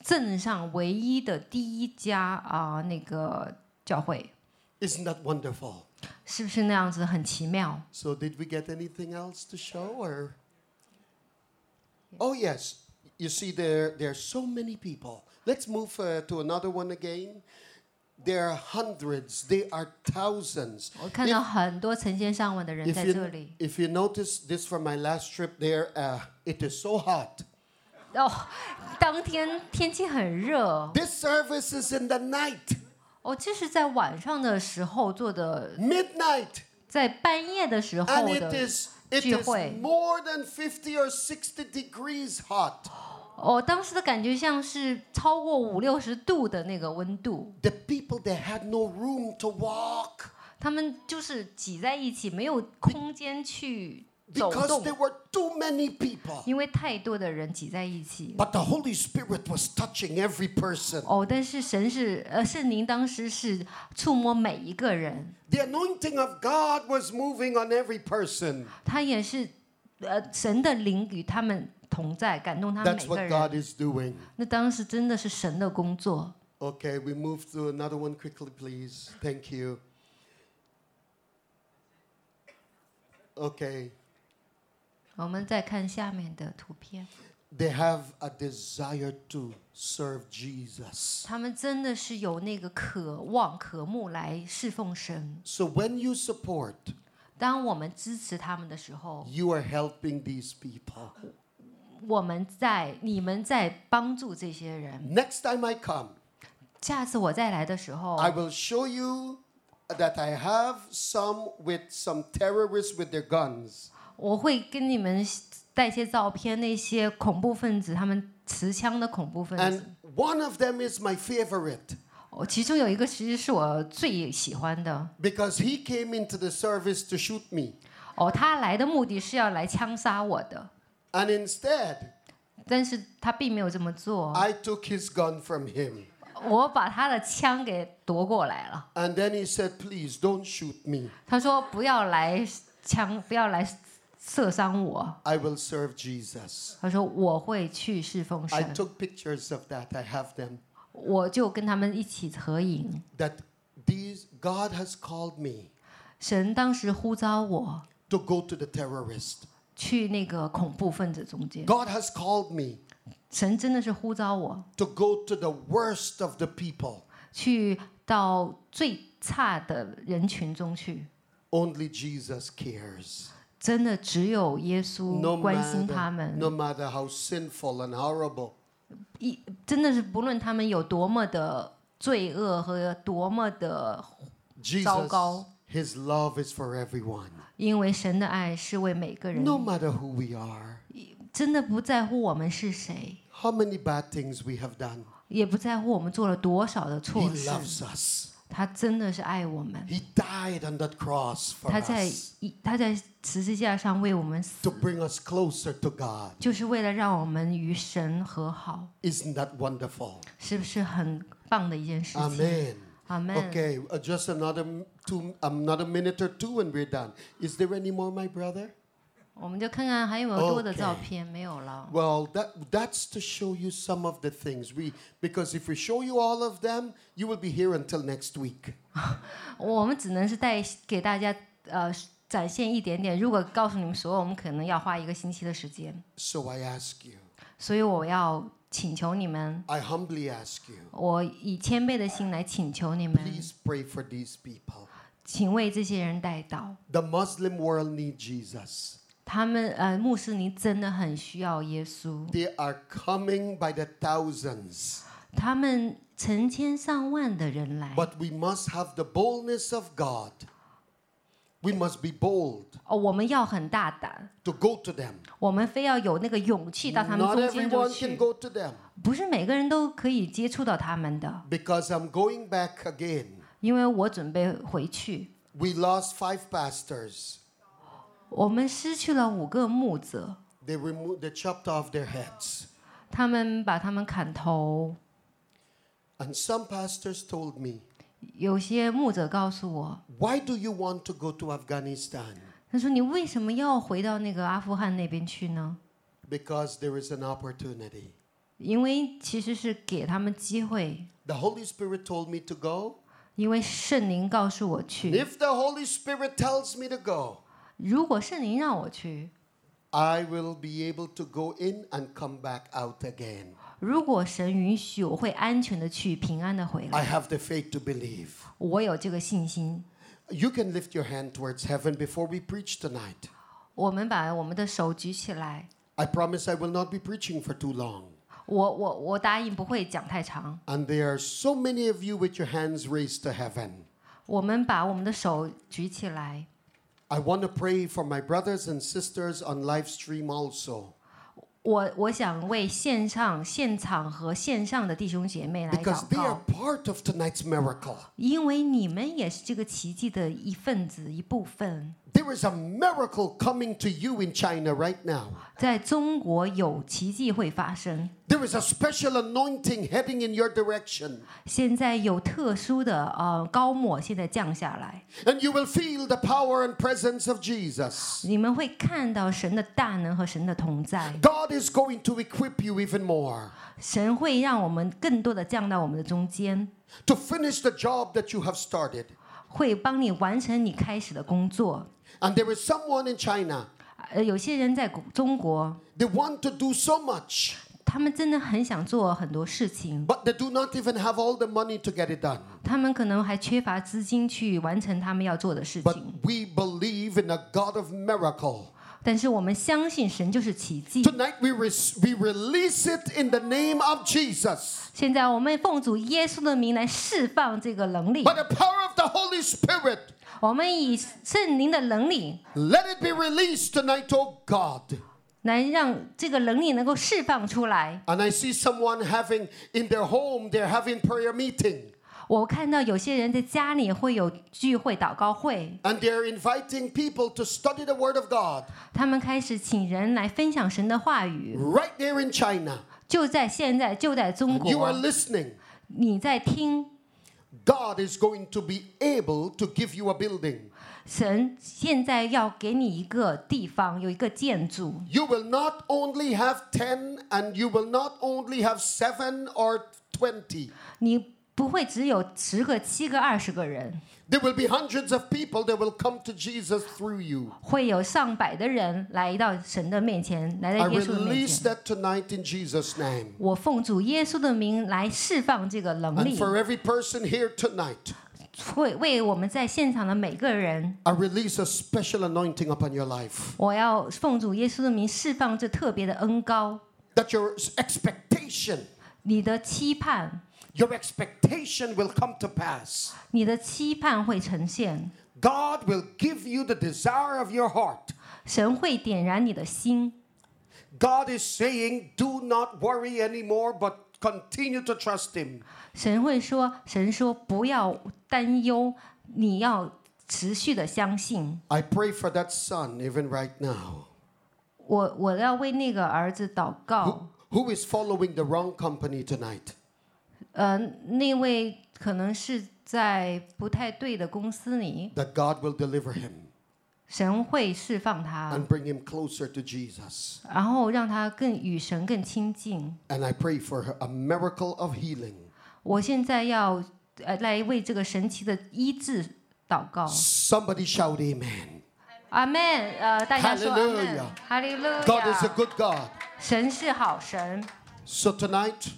S5: 镇上唯一的第一家啊、那个教会，
S4: Isn't that wonderful?
S5: 是不是那样子很奇妙？
S4: So, did we get anything else to show? Or oh yes, you see, there there are so many people. Let's move uh, to another one again. There are hundreds. There are thousands.
S5: 我看到很多成千上万的人
S4: If
S5: 在
S4: you,
S5: 这里。
S4: if you notice this from my last trip, there uh, it is so hot.
S5: 哦，当天天气很热。
S4: This service is in the night,
S5: 哦，这是在晚上的时候做的，
S4: midnight,
S5: 在半夜的时候
S4: and it
S5: 的。
S4: is it is
S5: 聚会。
S4: more than fifty or sixty degrees hot.
S5: 哦，当时的感觉像是超过五六十度的那个温度，
S4: The people they had no room to walk.
S5: 他们就是挤在一起，没有空间去走
S4: because
S5: 动
S4: there，were too many people.
S5: 因为太多的人挤在一起。
S4: But the Holy Spirit was touching every person.
S5: 哦，但是神是呃圣灵当时是触摸每一个人，
S4: The anointing of God was moving on every person.
S5: 他也是呃神的灵与他们同在，感动他们
S4: That's
S5: 每个
S4: what
S5: 人。
S4: God is doing.
S5: 那当时真的是神的工作。
S4: Okay, we move to another one quickly, please. Thank you. Okay,
S5: 我们再看下面的图片，
S4: they have a desire to serve Jesus.
S5: 他们真的是有那个渴望、渴慕来侍奉神。
S4: So when you support,
S5: 当我们支持他们的时候，
S4: you are helping these people.
S5: 我们在你们在帮助这些人。
S4: Next time I come,
S5: 下次我再来的时候，
S4: I will show you that I have some with some terrorists with their guns.
S5: 我会跟你们带一些照片，那些恐怖分子，他们持枪的恐怖分子。
S4: And one of them is my favorite
S5: 哦，其中有一个其实是我最喜欢的。
S4: because he came into the service to shoot me.
S5: 哦，他来的目的是要来枪杀我的，
S4: And instead,
S5: 但是他并没有这么做。
S4: I took his gun from him.
S5: 我把他的枪给夺过来了。
S4: And then he said, Please don't shoot me.
S5: 他说不要来枪，不要来射伤我。
S4: I will serve Jesus.
S5: 他说我会去侍奉
S4: I
S5: 神，
S4: took pictures of that. I have them.
S5: 我就跟他们一起合影。
S4: That these God has called me
S5: 神当时呼召我
S4: to go to the terrorist.
S5: 去那个恐怖分子中间，
S4: God has called me
S5: 神真的是呼召我
S4: to go to the worst of the people.
S5: 去到最差的人群中去。
S4: Only Jesus cares.
S5: 真的只有耶稣
S4: No
S5: 关心
S4: matter,
S5: 他们，
S4: no matter how sinful and horrible.
S5: 一真的是不论他们有多么的罪恶和多么的，
S4: Jesus,
S5: 糟糕。
S4: His love is for everyone.
S5: 因为神的爱是为每个人，
S4: No matter who we are,
S5: 真的不在乎我们是谁，
S4: how many bad things we have done,
S5: 也不在乎我们做了多少的
S4: He
S5: 错事，
S4: loves us.
S5: 他真的是爱我们。
S4: He died on that cross for
S5: 他在
S4: us
S5: 一他在十字架上为我们死
S4: to，bring us closer to God.
S5: 就是为了让我们与神和好，
S4: Isn't that wonderful?
S5: 是不是很棒的一件事情？
S4: Amen.
S5: 阿门。
S4: Okay, uh, just another m- two, another minute or two, and we're done. Is there any more, my brother?
S5: 我们就看看还有没有多的
S4: Okay
S5: 照片，没有了。
S4: Well, that that's to show you some of the things we because if we show you all of them, you will be here until next week.
S5: 我们只能是带给大家呃展现一点点。如果告诉你们所有，我们可能要花一个星期的时间。
S4: So I ask you,
S5: 所以我要请求你们，
S4: I humbly ask you,
S5: 我以谦卑的心来请求你们，
S4: please pray for these people.
S5: 请为这些人代祷。
S4: The Muslim world need Jesus.
S5: 他们呃，穆斯林真的很需要耶稣，
S4: They are coming by the thousands.
S5: 他们成千上万的人来。
S4: But we must have the boldness of God. We must be bold
S5: 哦，我们要很大胆，
S4: to go to them.
S5: 我们非要有那个勇气到他们
S4: Not
S5: 中间中
S4: everyone can
S5: 去。
S4: go to them
S5: 不是每个人都可以接触到他们的，
S4: because I'm going back again.
S5: 因为我准备回去。
S4: We lost five pastors.
S5: 我们失去了五个牧者，
S4: They removed, they chopped off their heads.
S5: 他们把他们砍头。
S4: And some pastors told me,
S5: 有些牧者告诉我，
S4: Why do you want to go to Afghanistan?
S5: 他说：“你为什么要回到那个阿富汗那边去呢？
S4: because there is an opportunity.
S5: 因为其实是给他们机会，
S4: The Holy Spirit told me to go.
S5: 因为圣灵告诉我去。
S4: If the Holy Spirit tells me to go,
S5: 如果圣灵让我去，
S4: I will be able to go in and come back out again.
S5: 如果神允许，我会安全的去，平安的回
S4: I
S5: 来。
S4: have the faith to believe.
S5: 我有这个信心。
S4: You can lift your hand towards heaven before we preach tonight.
S5: 我们把我们的手举起来。
S4: I promise I will not be preaching for too long.
S5: 我我我答应不会讲太长。
S4: And there are so many of you with your hands raised to heaven.
S5: 我们把我们的手举起来。
S4: I want to pray for my brothers and sisters on live stream also.
S5: 我我想为线上、现场和线上的弟兄姐妹来
S4: Because
S5: 祷
S4: they are
S5: 告，
S4: part of tonight's miracle.
S5: 因为你们也是这个奇迹的一份子、一部分。
S4: There is a miracle coming to you in China right now.
S5: 在中国有奇迹会发生，
S4: There is a special anointing heading in your direction,
S5: 现在有特殊的呃高抹现在降下来，
S4: and you will feel the power and presence of Jesus.
S5: 你们会看到神的大能和神的同在，
S4: God is going to equip you even more
S5: 神会让我们更多的降到我们的中间，
S4: to finish the job that you have started.
S5: 会帮你完成你开始的工作。
S4: And there is someone in China,
S5: 呃，有些人在中国，
S4: they want to do so much,
S5: 他们真的很想做很多事情。
S4: but they do not even have all the money to get it done.
S5: 他们可能还缺乏资金去完成他们要做的事
S4: But
S5: 情，
S4: we believe in a God of miracle.
S5: 但是我们相信神就是奇迹。
S4: Tonight we, res- we release it in the name of Jesus
S5: 现在我们奉主耶稣的名来释放这个能力，
S4: by the power of the Holy Spirit.
S5: 我们以圣灵的能力
S4: Let it be released tonight, oh God.
S5: 来让这个能力能够释放出来。
S4: And I see someone having in their home, they're having prayer meeting.
S5: 我看到有些人在家里会有聚会、祷告会，
S4: And they're inviting people to study the Word of God
S5: 他们开始请人来分享神的话语，
S4: right there in China.
S5: 就在现在，就在中
S4: You are
S5: 国，
S4: listening.
S5: 你在听。
S4: God is going to be able to give you a building.
S5: 神现在要给你一个地方，有一个建筑，
S4: You will not only have 10 and you will not only have 7 or 20.
S5: 你不会只有十个、七个、二十个人，
S4: There will be hundreds of people that will come to Jesus through you.
S5: 会有上百的人来到神的面前，来
S4: I
S5: 到耶稣的面
S4: release
S5: 前。
S4: that tonight in Jesus' name.
S5: 我奉主耶稣的名来释放这个能
S4: And
S5: 力，
S4: for every person here tonight,
S5: 会为我们在现场的每个人，
S4: I release a special anointing upon your life
S5: 我要奉主耶稣的名释放这特别的恩高。
S4: that your expectation,
S5: 你的期盼，
S4: your expectation will come to pass.
S5: 你的期盼会呈现，
S4: God will give you the desire of your heart.
S5: 神会点燃你的心。
S4: God is saying, do not worry anymore, but continue to trust Him.
S5: 神会说：“神说不要担忧，你要持续的相信。”
S4: I pray for that son even right now
S5: 我我要为那个儿子祷告。
S4: who is following the wrong company tonight.
S5: 呃，那位可能是在不太对的公司里，
S4: that God will deliver him
S5: 神会释放他，
S4: and bring him closer to Jesus.
S5: 然后让他更与神更亲近。
S4: And I pray for a miracle of healing.
S5: 我现在要呃来为这个神奇的医治祷告。
S4: Somebody shout amen.
S5: 阿门。呃，大家说阿门
S4: Hallelujah。
S5: 哈利路
S4: God is a
S5: 亚。
S4: good God.
S5: 神是好神。
S4: So tonight,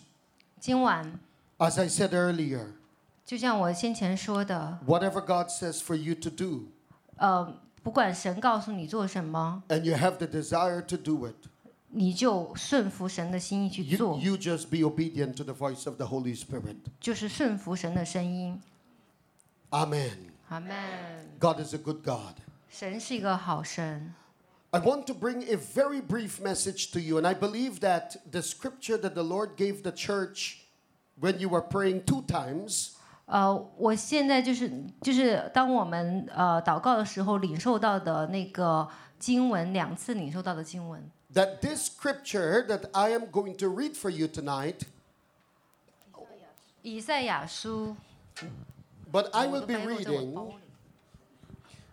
S5: 今晚
S4: as I said earlier,
S5: 就像我先前说的，
S4: whatever God says for you to do,
S5: 呃，不管神告诉你做什么，
S4: and you have the desire to do it,
S5: 你就顺服神的心意去
S4: you,
S5: 做。
S4: you just be obedient to the voice of the Holy Spirit.
S5: 就是顺服神的声音。
S4: Amen.
S5: 阿门。
S4: God is a good God.
S5: 神是一个好神。
S4: I want to bring a very brief message to you, and I believe that the scripture that the Lord gave the church when you were praying two times
S5: 呃，我现在就是就是当我们呃祷告的时候，领受到的那个经文，两次领受到的经文，
S4: that this scripture that I am going to read for you tonight,
S5: 以赛亚书。
S4: but I
S5: 我
S4: will
S5: 的
S4: be
S5: 白我在我的包
S4: reading.
S5: 里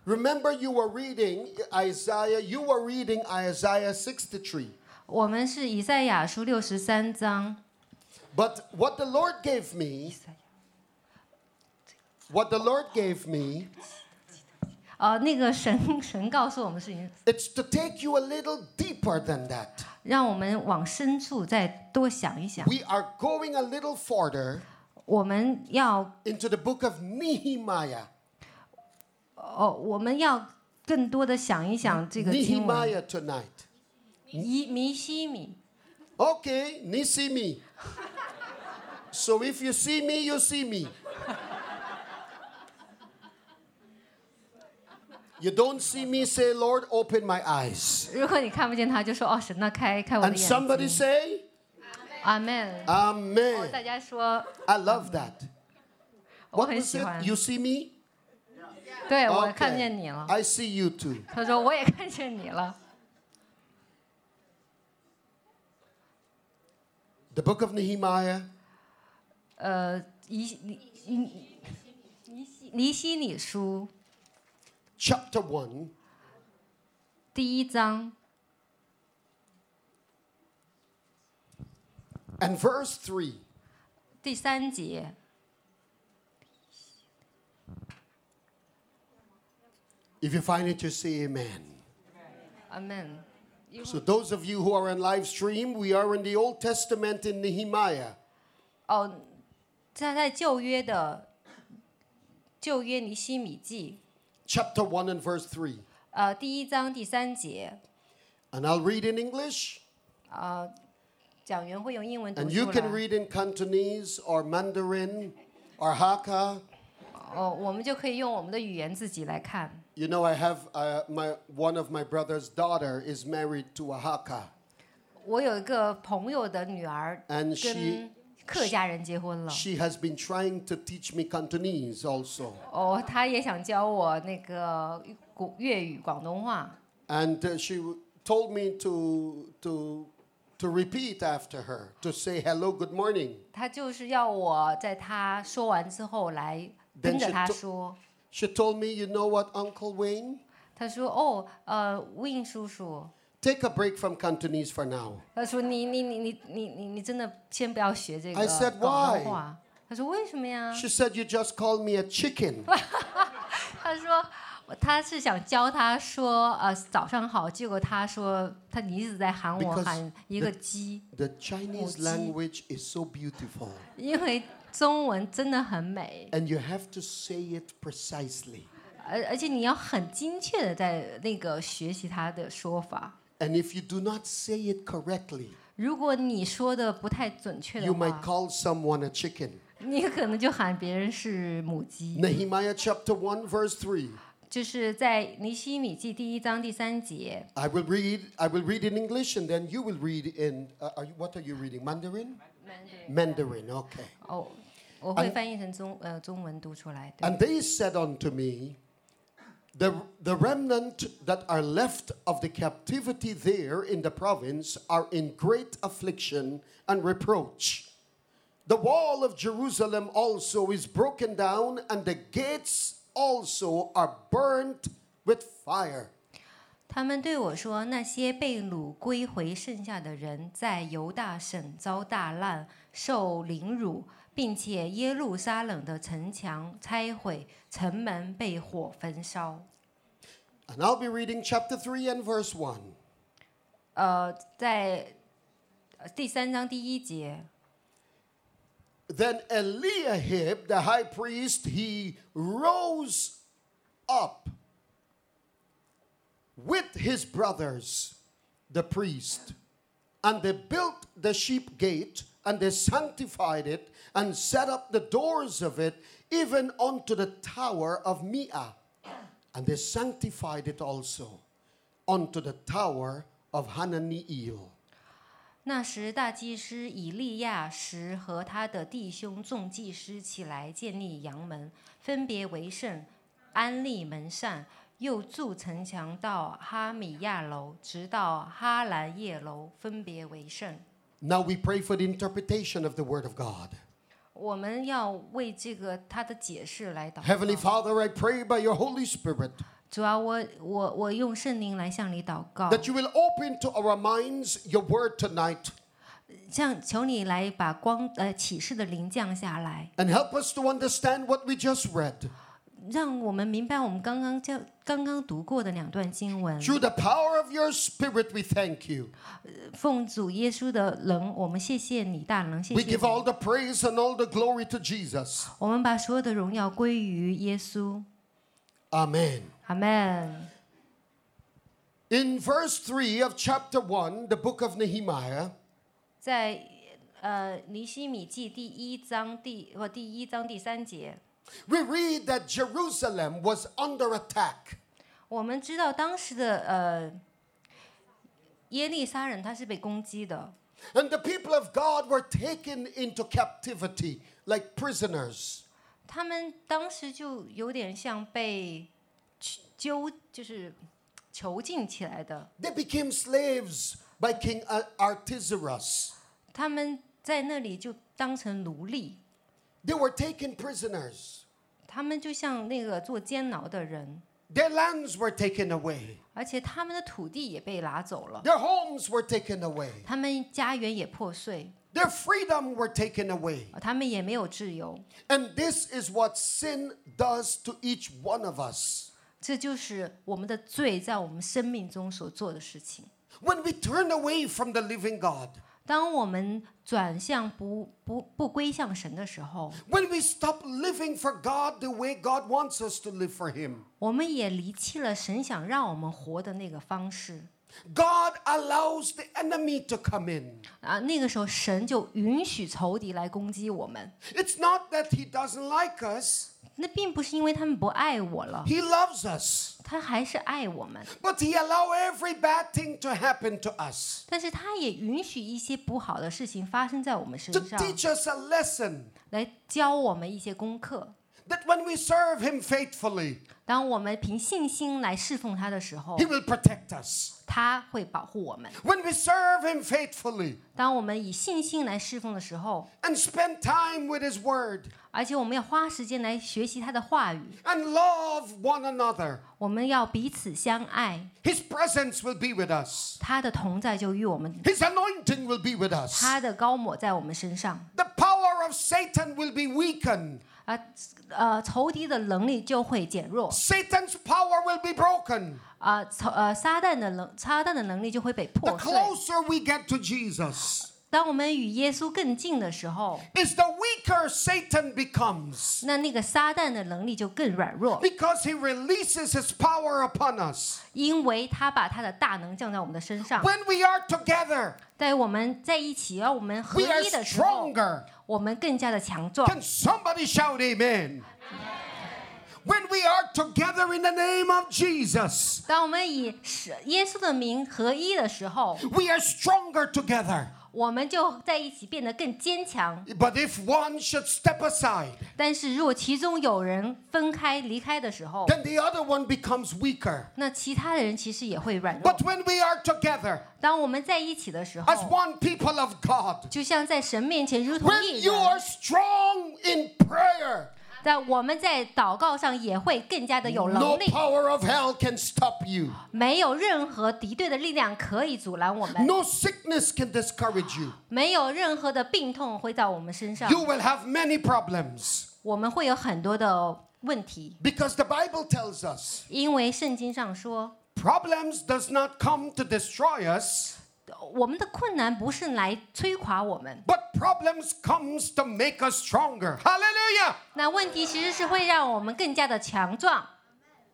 S4: Remember, you were reading Isaiah, you were reading Isaiah 63.
S5: 我们是以赛亚书六十三章，
S4: But what the Lord gave me, what the Lord gave me,
S5: 呃，那个神 神告诉我们事情，
S4: it's to take you a little deeper than that.
S5: 让我们往深处再多想一想。
S4: We are going a little farther
S5: 我们要
S4: into the book of Nehemiah.
S5: 哦，我们要更多的想一想这个经文。
S4: Nehemiah tonight.
S5: 以弥西米，
S4: Okay, ni see me. so if you see me, you see me. You don't see me, say, Lord, open my eyes.
S5: 如果你看不见他，就说哦，神呐，开开我的
S4: And
S5: 眼
S4: somebody
S5: 睛。
S4: say,
S5: 阿门。
S4: Amen.
S5: 大家说，
S4: I love that.
S5: 我
S4: What
S5: 很
S4: was
S5: 喜
S4: it?
S5: 欢。
S4: You see me?
S5: 对，我
S4: Okay.
S5: 看见你了。
S4: I see you too.
S5: 他说我也看见你了。
S4: The book of Nehemiah,
S5: 呃，以尼尼尼西里书
S4: chapter 1,
S5: 第一章
S4: and verse 3.
S5: 第三节，
S4: If you find it, you say amen.
S5: 阿门。You-
S4: So, those of you who are on live stream, we are in the Old Testament in Nehemiah.
S5: 哦，在在旧约的旧约尼西米记，
S4: chapter 1 and verse 3.
S5: 呃，第一章第三节，
S4: And I'll read in English,
S5: 呃，讲员会用英文读
S4: and you
S5: 出
S4: can
S5: 来。
S4: read in Cantonese or Mandarin or Hakka.
S5: 哦，我们就可以用我们的语言自己来看。
S4: You know, I have uh, my one of my brother's daughter is married to a Hakka,
S5: 我有一个朋友的女儿
S4: and she
S5: 跟客家人结婚了，
S4: she has been trying to teach me Cantonese also,
S5: 哦，她也想教我那个古粤语、广东话。
S4: and uh, she w- told me to to to repeat after her to say hello, good morning.
S5: 她就是要我在她说完之后来
S4: Then
S5: 跟着
S4: she
S5: 她
S4: took-
S5: 说。
S4: She told me, you know what, Uncle Wayne,
S5: 她说：“哦，呃，Win 叔叔，
S4: take a break from Cantonese for now.
S5: 他说你你你你你你你真的先不要学这
S4: I
S5: 个
S4: said,
S5: 广
S4: "Why?"
S5: 东话。他说为什么呀？
S4: She said, you just called me a chicken.
S5: 他说我他是想教他说呃早上好，结果他说他你一直在喊我
S4: Because
S5: 喊一个鸡，
S4: The Chinese
S5: Mochi.
S4: language is so beautiful,
S5: 因为中文真的很美，
S4: and you have to say it precisely.
S5: 而而且你要很精确的在那个学习他的说法。
S4: And if you do not say it correctly,
S5: 如果你说的不太准确
S4: you
S5: 的
S4: might
S5: 话，
S4: call someone a chicken.
S5: 你可能就喊别人是母鸡。
S4: Nehemiah chapter 1, verse 3.
S5: 就是在尼西米记第一章第三节，
S4: I will read. I will read in English, and then you will read in. Uh, are you, what are you reading? Mandarin. Mandarin. Okay.
S5: 哦，我
S4: 啊
S5: 会翻译成中呃中文读出来。对
S4: And they said unto me, the, the remnant that are left of the captivity there in the province are in great affliction and reproach. The wall of Jerusalem also is broken down, and the gates also are burnt with fire.
S5: 他们对我说：“那些被掳归回剩下的人，在犹大省遭大难，受凌辱，并且耶路撒冷的城墙拆毁，城门被火焚烧。
S4: And I'll be reading chapter 3 and verse 1. ”
S5: 呃，在呃第三章第一节，
S4: Then Eliahib, the high priest, he rose up with his brothers, the priest, and they built the sheep gate, and they sanctified it, and set up the doors of it, even unto the tower of Mia. And they sanctified it also unto the tower of Hananiel.
S5: 那时，大祭司以利亚时和他的弟兄众祭司起来建立阳门，分别为圣，安立门扇，又筑城墙到哈米亚楼，直到哈兰叶楼，分别为圣。
S4: Now we pray for the interpretation of the word of God.
S5: 我们要为这个他的解释来祷
S4: Heavenly
S5: 告。
S4: Father, I pray by your Holy Spirit
S5: 主啊，我我我用圣灵来向你祷告，
S4: that you will open to our minds your word tonight
S5: 像求你来把光呃启示的灵降下来，
S4: and help us to understand what we just read
S5: 让我们明白我们刚刚教刚刚读过的两段经文。
S4: through the power of your spirit we thank you
S5: 奉主耶稣的能，我们谢谢你大能，谢
S4: we
S5: 谢
S4: give
S5: 你。
S4: all the praise and all the glory to jesus
S5: 我们把所有的荣耀归于耶稣。
S4: amen
S5: 阿门。
S4: in verse 3 of chapter 1 the book of nehemiah
S5: 在呃尼西米记第一章第或第一章第三节，
S4: we read that jerusalem was under attack
S5: 我们知道当时的呃耶利撒人他是被攻击的，
S4: and the people of god were taken into captivity like prisoners
S5: 他们当时就有点像被囚就是囚禁起来的，
S4: they became slaves by king Ar- artaxerxes
S5: 他们在那里就当成奴隶，
S4: They were taken prisoners.
S5: 他们就像那个做监牢的人，
S4: Their lands were taken away.
S5: 而且他们的土地也被拿走了，
S4: Their homes were taken away.
S5: 他们家园也破碎，呃
S4: Their freedom were taken away.
S5: 他们也没有自由。
S4: And this is what sin does to each one of us.
S5: 这就是我们的罪在我们生命中所做的事情。
S4: When we turn away from the living God,
S5: 当我们转向不不不归向神的时候，
S4: when we stop living for God the way God wants us to live for Him,
S5: 我们也离弃了神想让我们活的那个方式
S4: God allows the enemy to come in.
S5: 啊。那个时候，神就允许仇敌来攻击我们。
S4: It's not that He doesn't like us,
S5: 那并不是因为他们不爱我了，
S4: He loves us,
S5: 他还是爱我们，
S4: but He allows every bad thing to happen to us.
S5: 但是他也允许一些不好的事情发生在我们身
S4: to
S5: 上，
S4: teach us a lesson
S5: 来教我们一些功课。
S4: that when we serve Him faithfully,
S5: 当我们凭信心来侍奉他的时候，
S4: He will protect us.
S5: 他会保护我们。
S4: When we serve Him faithfully
S5: 当我们以信心来侍奉的时候，
S4: and spend time with His Word
S5: 而且我们要花时间来学习他的话语，
S4: and love one another,
S5: 我们要彼此相爱，
S4: His presence will be with us,
S5: 他的同在就与我们，
S4: His anointing will be with us.
S5: 他的高抹在我们身上
S4: The power of Satan will be weakened,
S5: 啊，呃，仇敌的能力就会减弱
S4: Satan's power will be broken.
S5: 啊，仇呃，撒旦的能撒旦的能力就会被
S4: The
S5: 破碎。
S4: closer we get to Jesus,
S5: 当我们与耶稣更近的时候，
S4: is the weaker Satan becomes
S5: 那那个撒旦的能力就更软弱，
S4: because he releases his power upon us.
S5: 因为他把他的大能降在我们的身上，
S4: When we are together,
S5: 在我们在一起，而我们合
S4: we are
S5: 一的时候，
S4: stronger.
S5: 我们更加的强壮。
S4: Can somebody shout amen? When we are together in the name of Jesus,
S5: 当我们以是耶稣的名合一的时候，
S4: we are stronger together.
S5: 我们就在一起变得更坚强。
S4: But if one should step aside,
S5: 但是如果其中有人分开离开的时候，
S4: then the other one becomes weaker.
S5: 那其他的人其实也会软弱
S4: But。when we are together
S5: 当我们在一起的时
S4: as
S5: 候，
S4: one people of God,
S5: 就像在神面前如同
S4: when
S5: 一
S4: you
S5: 人
S4: are，strong in prayer,
S5: 在我们在祷告上也会更加的有
S4: no
S5: 能力，
S4: power of hell can stop you.
S5: 没有任何敌对的力量可以阻拦我们，
S4: No sickness can discourage you.
S5: 没有任何的病痛会在我们身上，
S4: You will have many problems
S5: 我们会有很多的问题，
S4: because the Bible tells us
S5: 因为圣经上说。
S4: Problems does not come to destroy us,
S5: 我们的困难不是来摧垮我们，
S4: but problems comes to make us stronger. Hallelujah!
S5: 那问题其实是会让我们更加的强壮。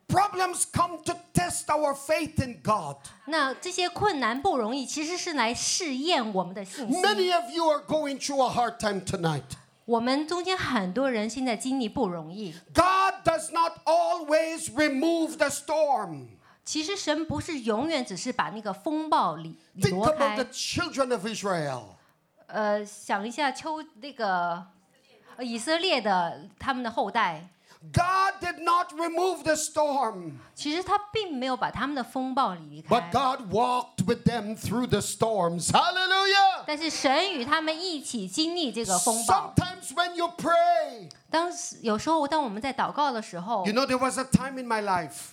S4: Problems come to test our faith in God.
S5: 那这些困难不容易，其实是来试验我们的信心。
S4: Many of you are going through a hard time tonight.
S5: 我们中间很多人现在经历不容易，
S4: God does not always remove the storm.
S5: 其实神不是永远只是把那个风暴里
S4: Think
S5: 挪
S4: about the
S5: 开。
S4: children of Israel.
S5: 呃，想一下秋那个呃以色列的他们的后代，
S4: God did not remove the storm,
S5: 其实他并没有把他们的风暴离
S4: but
S5: 开，
S4: God walked with them through the storms. Hallelujah!
S5: 但是神与他们一起经历这个风暴。
S4: Sometimes when you pray,
S5: 当时有时候，当我们在祷告的时候
S4: You，know, there was a time in my life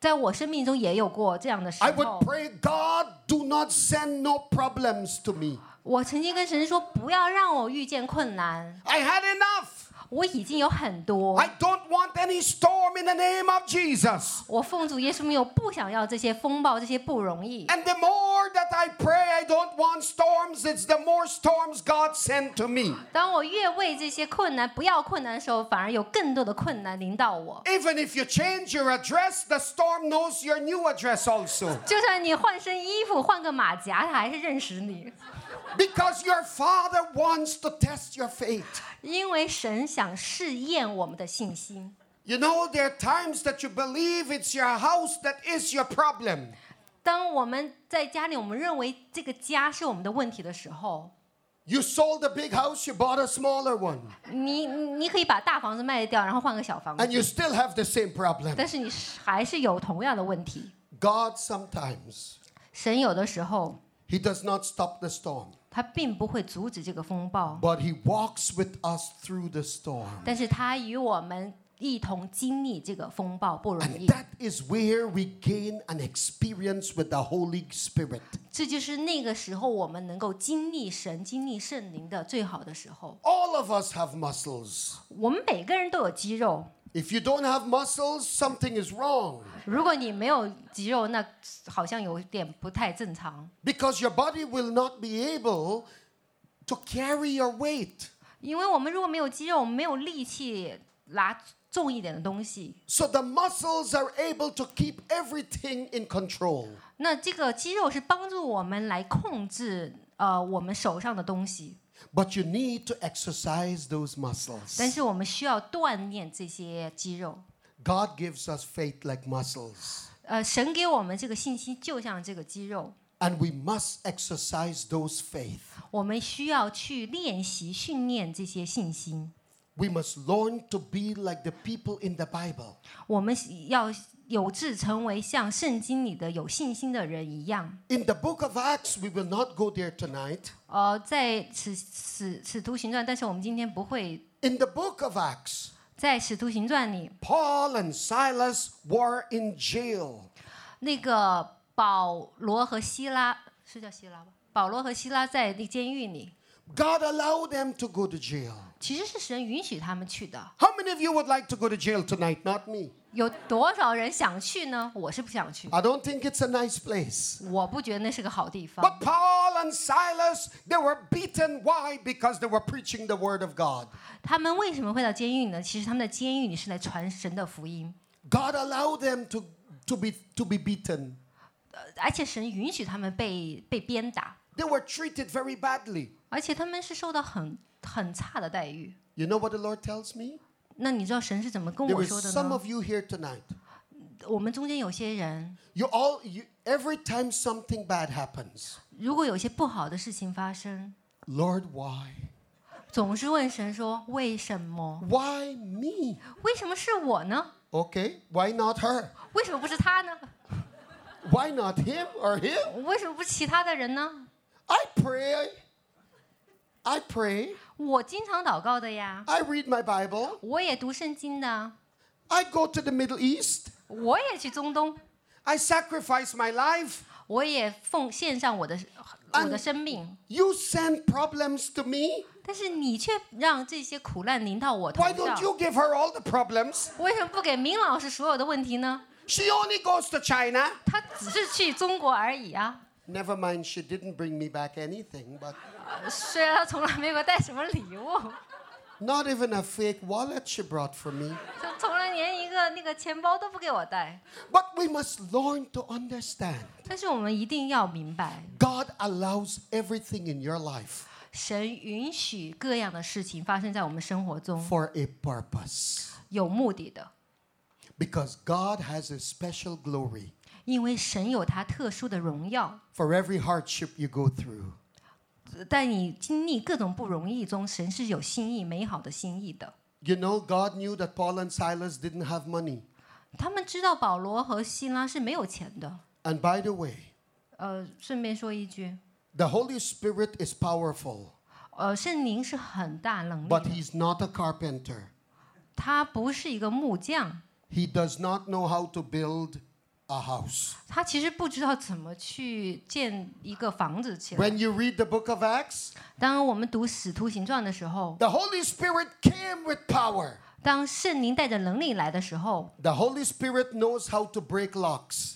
S5: 在我生命中也有过这样的时
S4: I
S5: 候
S4: would。pray, God, do not send no problems to me.
S5: 我曾经跟神说，不要让我遇见困难，
S4: I had enough.
S5: 我已经有很多
S4: I。don't want any storm in the name of Jesus.
S5: 我奉主耶稣名，我不想要这些风暴，这些不容易。
S4: And the more that I pray, I don't want storms, it's the more storms God sent to me.
S5: 当我越为这些困难不要困难的时候，反而有更多的困难临到我。
S4: Even if you change your address, the storm knows your new address also.
S5: 就算你换身衣服、换个马甲，他还是认识你，
S4: Because your Father wants to test your faith.
S5: 因为神想试验我们的信心。
S4: You know, there are times that you believe it's your house that is your problem.
S5: 当我们在家里，我们认为这个家是我们的问题的时候，
S4: You sold a big house, you bought a smaller one,
S5: 你你你可以把大房子卖掉，然后换个小房
S4: and you
S5: 子，
S4: still have the same problem.
S5: 但是你是还是有同样的问题。
S4: God sometimes,
S5: 神有的时候
S4: He does not stop the storm,
S5: 他并不会阻止这个风暴，
S4: but He walks with us through the storm.
S5: 但是他与我们一同经历这个风暴不容
S4: And
S5: 易。
S4: that is where we gain an experience with the Holy Spirit.
S5: 这就是那个时候我们能够经历神、经历圣灵的最好的时候。
S4: All of us have muscles.
S5: 我们每个人都有肌肉，
S4: If you don't have muscles, something is wrong
S5: 如果你没有肌肉，那好像有点不太正常，
S4: because your body will not be able to carry your weight.
S5: 因为我们如果没有肌肉，我们没有力气拿重一点的东西。
S4: So the muscles are able to keep everything in control.
S5: 那这个肌肉是帮助我们来控制呃我们手上的东西，
S4: But you need to exercise those muscles.
S5: 但是我们需要锻炼这些肌肉。
S4: God gives us faith like muscles,
S5: 呃，神给我们这个信息就像这个肌肉，
S4: and we must exercise those faith.
S5: 我们需要去练习训练这些信心。
S4: We must learn to be like the people in the Bible.
S5: 我们要有志成为像圣经里的有信心的人一样。
S4: In the book of Acts, we will not go there tonight.
S5: 呃，在此使使徒行传，但是我们今天不会
S4: In the book of Acts,
S5: 在使徒行传里
S4: Paul and Silas were in jail.
S5: 那个保罗和希拉是叫希拉吧？保罗和希拉在那监狱里，
S4: God allowed them to go to jail.
S5: 其实是神允许他们去的。
S4: How many of you would like to go to jail tonight? Not me.
S5: 有多少人想去呢？我是不想去，
S4: I don't think it's a nice place.
S5: 我不觉得那是个好地方。
S4: But Paul and Silas, they were beaten. Why? Because they were preaching the word of God.
S5: 他们为什么会到监狱呢？其实他们在监狱里是来传神的福音，
S4: God allowed them to, to, be, to be beaten.
S5: 呃而且神允许他们被被鞭打。
S4: They were treated very badly.
S5: 而且他们是受到很很差的待遇。
S4: You know what the Lord tells me?
S5: 那你知道神是怎么跟
S4: There
S5: 我
S4: is
S5: 说的
S4: some
S5: 呢
S4: of？you here tonight.
S5: 我们中间有些人，
S4: You all, you, every time something bad happens,
S5: 如果有些不好的事情发生，
S4: Lord, why?
S5: 总是问神说：“为什么？
S4: Why me?
S5: 为什么是我呢？
S4: Okay, why not her?
S5: 为什么不是他呢？
S4: Why not him or him?
S5: 为什么不是其他的人呢？
S4: I pray. I pray.
S5: 我经常祷告的呀，
S4: I read my Bible.
S5: 我也读圣经的，
S4: I go to the Middle East.
S5: 我也去中东，
S4: I sacrifice my life.
S5: 我也奉献上我的我的生命。
S4: You send problems to me.
S5: 但是你却让这些苦难临到我头
S4: Why don't
S5: 上，
S4: you give her all the problems?
S5: 为什么不给明老师所有的问题呢？
S4: She only goes to China.
S5: 他只是去中国而已啊。
S4: Never mind, she didn't bring me back anything, but
S5: 虽然他从来没给我带什么礼物，
S4: not even a fake wallet she brought for me.
S5: 就从来连一个那个钱包都不给我带。
S4: But we must learn to understand
S5: 但是我们一定要明白，
S4: God allows everything in your life
S5: 神允许各样的事情发生在我们生活中，
S4: for a purpose
S5: 有目的的，
S4: because God has a special glory
S5: 因为神有他特殊的荣耀。
S4: for every hardship you go through.
S5: 在你经历各种不容易中，神是有心意、美好的心意的。
S4: You know, God knew that Paul and Silas didn't have money.
S5: 他们知道保罗和希拉是没有钱的。
S4: And by the way,
S5: 呃，顺便说一句，
S4: the Holy Spirit is powerful,
S5: 呃，圣灵是很大能力
S4: but
S5: 的，
S4: he's not a carpenter.
S5: 他不是一个木匠，
S4: He does not know how to build a house.
S5: 他其实不知道怎么去建一个房子起来。
S4: When you read the book of Acts,
S5: 当我们读《使徒行传》的时候，
S4: the Holy Spirit came with power.
S5: 当圣灵带着能力来的时候，
S4: The Holy Spirit knows how to break locks.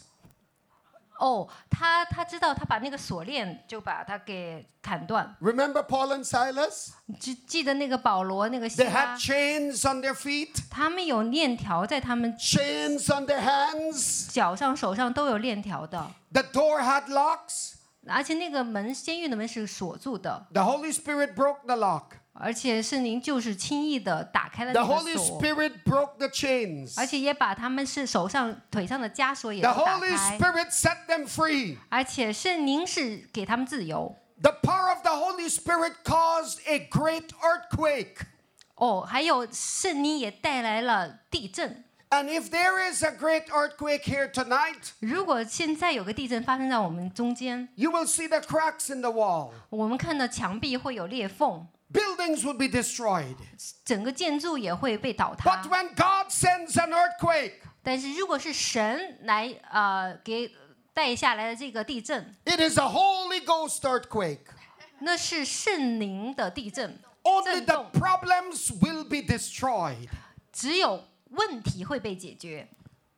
S5: 哦，他他知道他把那个锁链就把它给砍断。
S4: Remember Paul and Silas?
S5: 记记得那个保罗那个西
S4: They had
S5: 拉，
S4: chains on their feet,
S5: 他们有链条在他们
S4: chains on their hands.
S5: 脚上、手上都有链条的，
S4: The door had locks.
S5: 而且那个门监狱的门是锁住的，
S4: The Holy Spirit broke the lock.
S5: 而且圣灵就是轻易的打开了
S4: The
S5: 那
S4: Holy
S5: 个锁，
S4: Spirit broke the chains.
S5: 而且也把他们是手上、腿上的枷锁也
S4: The
S5: 都打
S4: Holy
S5: 开，
S4: Spirit set them free.
S5: 而且圣灵是给他们自由。
S4: The power of the Holy Spirit caused a great earthquake.
S5: 哦，还有圣灵也带来了地震。
S4: And if there is a great earthquake here tonight,
S5: 如果现在有个地震发生在我们中间，
S4: you will see the cracks in the wall.
S5: 我们看到墙壁会有裂缝，
S4: Buildings will be destroyed.
S5: 整个建筑也会被倒塌
S4: But。when God sends an earthquake,
S5: 但是如果是神来呃给带下来的这个地震，
S4: it is a Holy Ghost earthquake.
S5: 那是圣灵的地震，
S4: Only the
S5: 震动。
S4: problems will be destroyed.
S5: 只有问题会被解决。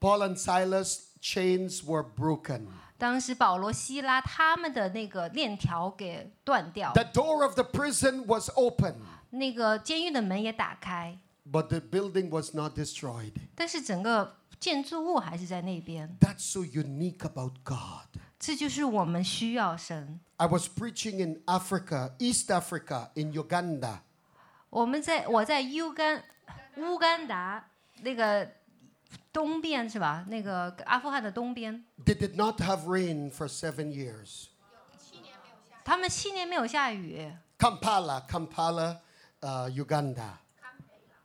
S4: Paul and Silas' chains were broken.
S5: 当时保罗、希拉他们的那个链条给断掉，
S4: The door of the prison was open,
S5: 那个监狱的门也打开，
S4: but the building was not destroyed.
S5: 但是整个建筑物还是在那边。
S4: That's so unique about God.
S5: 这就是我们需要神。
S4: I was preaching in Africa, East Africa, in Uganda.
S5: 我们在我在乌干乌干达那个东边是吧？那个阿富汗的东边，
S4: They did not have rain for seven years.
S5: 他们七年没有下雨，
S4: Kampala, Kampala, uh, Uganda.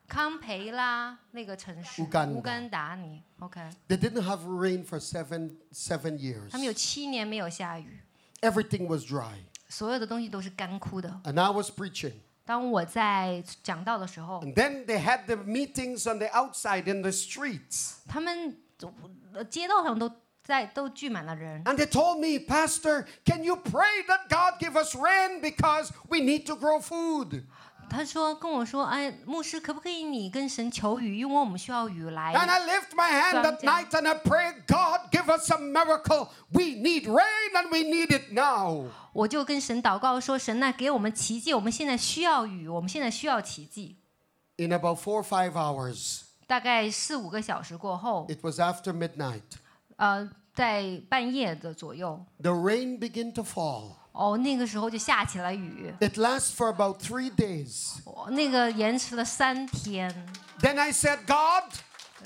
S5: 康培拉那个城市，
S4: 乌干达
S5: 乌干达尼，OK，
S4: They didn't have rain for seven seven years.
S5: 他们有七年没有下雨，
S4: Everything was dry,
S5: 所有的东西都是干枯的。
S4: and I was preaching.
S5: 当我在讲道的时候，
S4: And then they had the meetings on the outside in the streets,
S5: 他们呃街道上都在都聚满了人，
S4: and they told me, Pastor, can you pray that God give us rain because we need to grow food?
S5: 他说跟我说，哎，牧师可不可以你跟神求雨，因为我们需要雨来
S4: And I lift my hand at
S5: Sometimes.
S4: night and I pray, God, give us a miracle. We need rain and we need it now.
S5: 我就跟神祷告说：“神呐、给我们奇迹，我们现在需要雨，我们现在需要奇迹。
S4: In about four or five hours, ”
S5: 大概四五个小时过后，
S4: it was after midnight,
S5: 呃，在半夜的左右，
S4: the rain began to fall.
S5: 哦，那个时候就下起了雨，
S4: It lasts for about three days.
S5: 我那个延迟了三天。
S4: Then I said, God,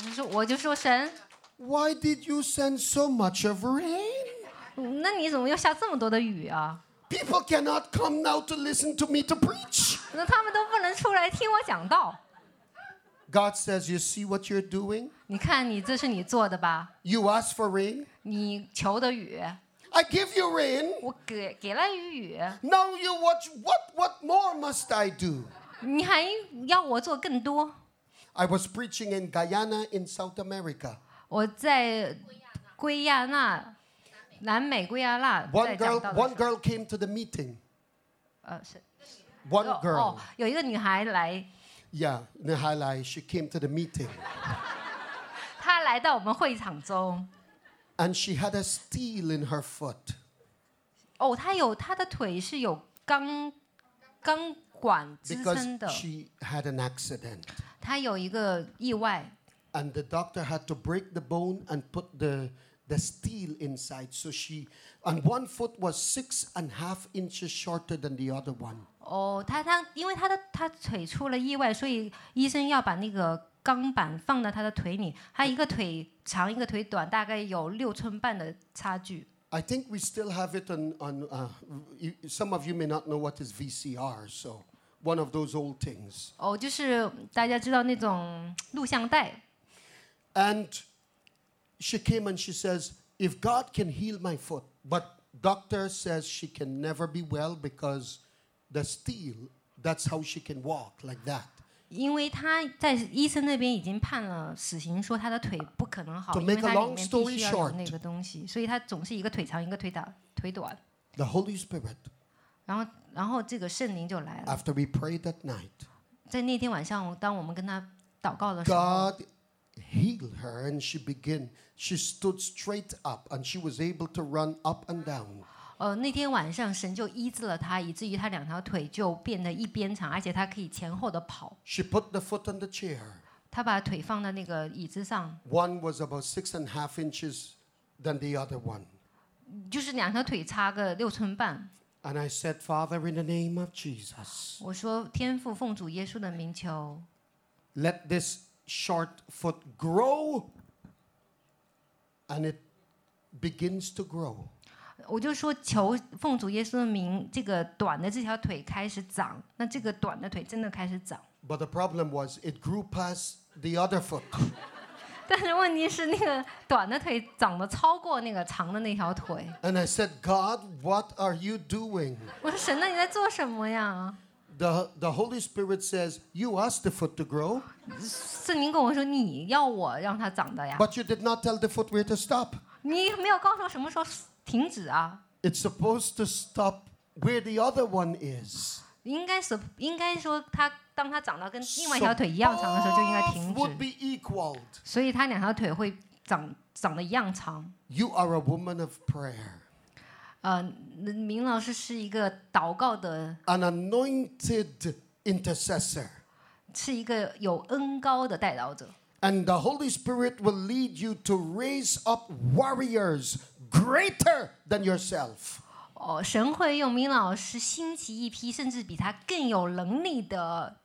S5: 我就说，我就说神，
S4: why did you send so much of rain?
S5: 那你怎么又下这么多的雨啊？
S4: People cannot come now to listen to me to preach.
S5: 那他们都不能出来听我讲道。
S4: God says, You see what you're doing?
S5: 你看，你这是你做的吧？
S4: You ask for rain,
S5: 你求的雨，
S4: I give you rain.
S5: 我给给了你雨，
S4: Now you watch, what, what more must I do?
S5: 你还要我做更多？
S4: I was preaching in Guyana in South America.
S5: 我在圭亚那，南美圭亚那
S4: One
S5: 在讲
S4: girl,
S5: 到
S4: one girl came to the meeting.
S5: 呃是
S4: One
S5: 哦哦
S4: girl.，
S5: 有一个女孩来，
S4: Yeah, Nihalai, she came to the meeting.
S5: 她来到我们会场中，
S4: And she had a steel in her foot.
S5: 哦，她有她的腿是有钢钢管支
S4: Because
S5: 撑的，
S4: she had an accident.
S5: 她有一个意外，
S4: And the doctor had to break the bone and put the, the steel inside. So she, and one foot was six and a half inches shorter than the other one.
S5: 哦，她她因为她的她腿出了意外，所以医生要把那个钢板放到她的腿里，她一个腿长一个腿短，大概有六寸半的差距。
S4: I think we still have it on, on uh, you, some of you may not know what is VCR, so one of those old things.
S5: 哦，就是大家知道那种录像带，
S4: And she came and she says, If God can heal my foot, but doctor says she can never be well because the steel, that's how she can walk like that.
S5: 因为他在医生那边已经判了死刑，说他的腿不可能好，
S4: To
S5: 因为
S4: make a
S5: 他里
S4: long
S5: 面必
S4: story
S5: 须要有
S4: short
S5: 那个东西，所以他总是一个腿长一个腿短，腿短。
S4: The Holy Spirit,
S5: 然后，然后这个圣灵就来了。
S4: after we prayed that night,
S5: 在那天晚上，当我们跟他祷告的时候，
S4: God healed her and she began, she stood straight up and she was able to run up and down.
S5: 呃，那天晚上神就医治了他，以至于他两条腿就变得一边长，而且他可以前后的跑。
S4: She put the foot on the chair.
S5: 他把腿放在那个椅子上，
S4: One was about six and a half inches than the other one.
S5: 就是两条腿差个六寸半。
S4: And I said, Father, in the name of Jesus,
S5: 我说天父奉主耶稣的名求，
S4: let this short foot grow. And it begins to grow.
S5: 我就说求奉主耶稣的名，这个短的这条腿开始长，那这个短的腿真的开始长。
S4: But the problem was, it grew past the other foot.
S5: 但是问题是，那个短的腿长得超过那个长的那条腿。
S4: And I said, God, what are you doing?
S5: 我说神呐，你在做什么呀？
S4: The, the Holy Spirit says, You asked the foot to grow,
S5: 圣灵跟我说你要我让它长的呀，
S4: but you did not tell the foot where to stop.
S5: 你没有告诉我什么时候停止啊？
S4: It's supposed to stop where the other one is.
S5: 应该是应该说它当它长到跟另外一条腿一样长的时候就应该
S4: Both
S5: 停
S4: would
S5: 止，
S4: be equaled.
S5: 所以它两条腿会长长得一样长。
S4: You are a woman of prayer,
S5: 呃，明老师是一个祷告的，
S4: an anointed intercessor.
S5: 是一个有恩高的代祷者。
S4: And the Holy Spirit will lead you to raise up warriors greater than yourself.
S5: 哦，神会用明老师兴起一批甚至比他更有能力的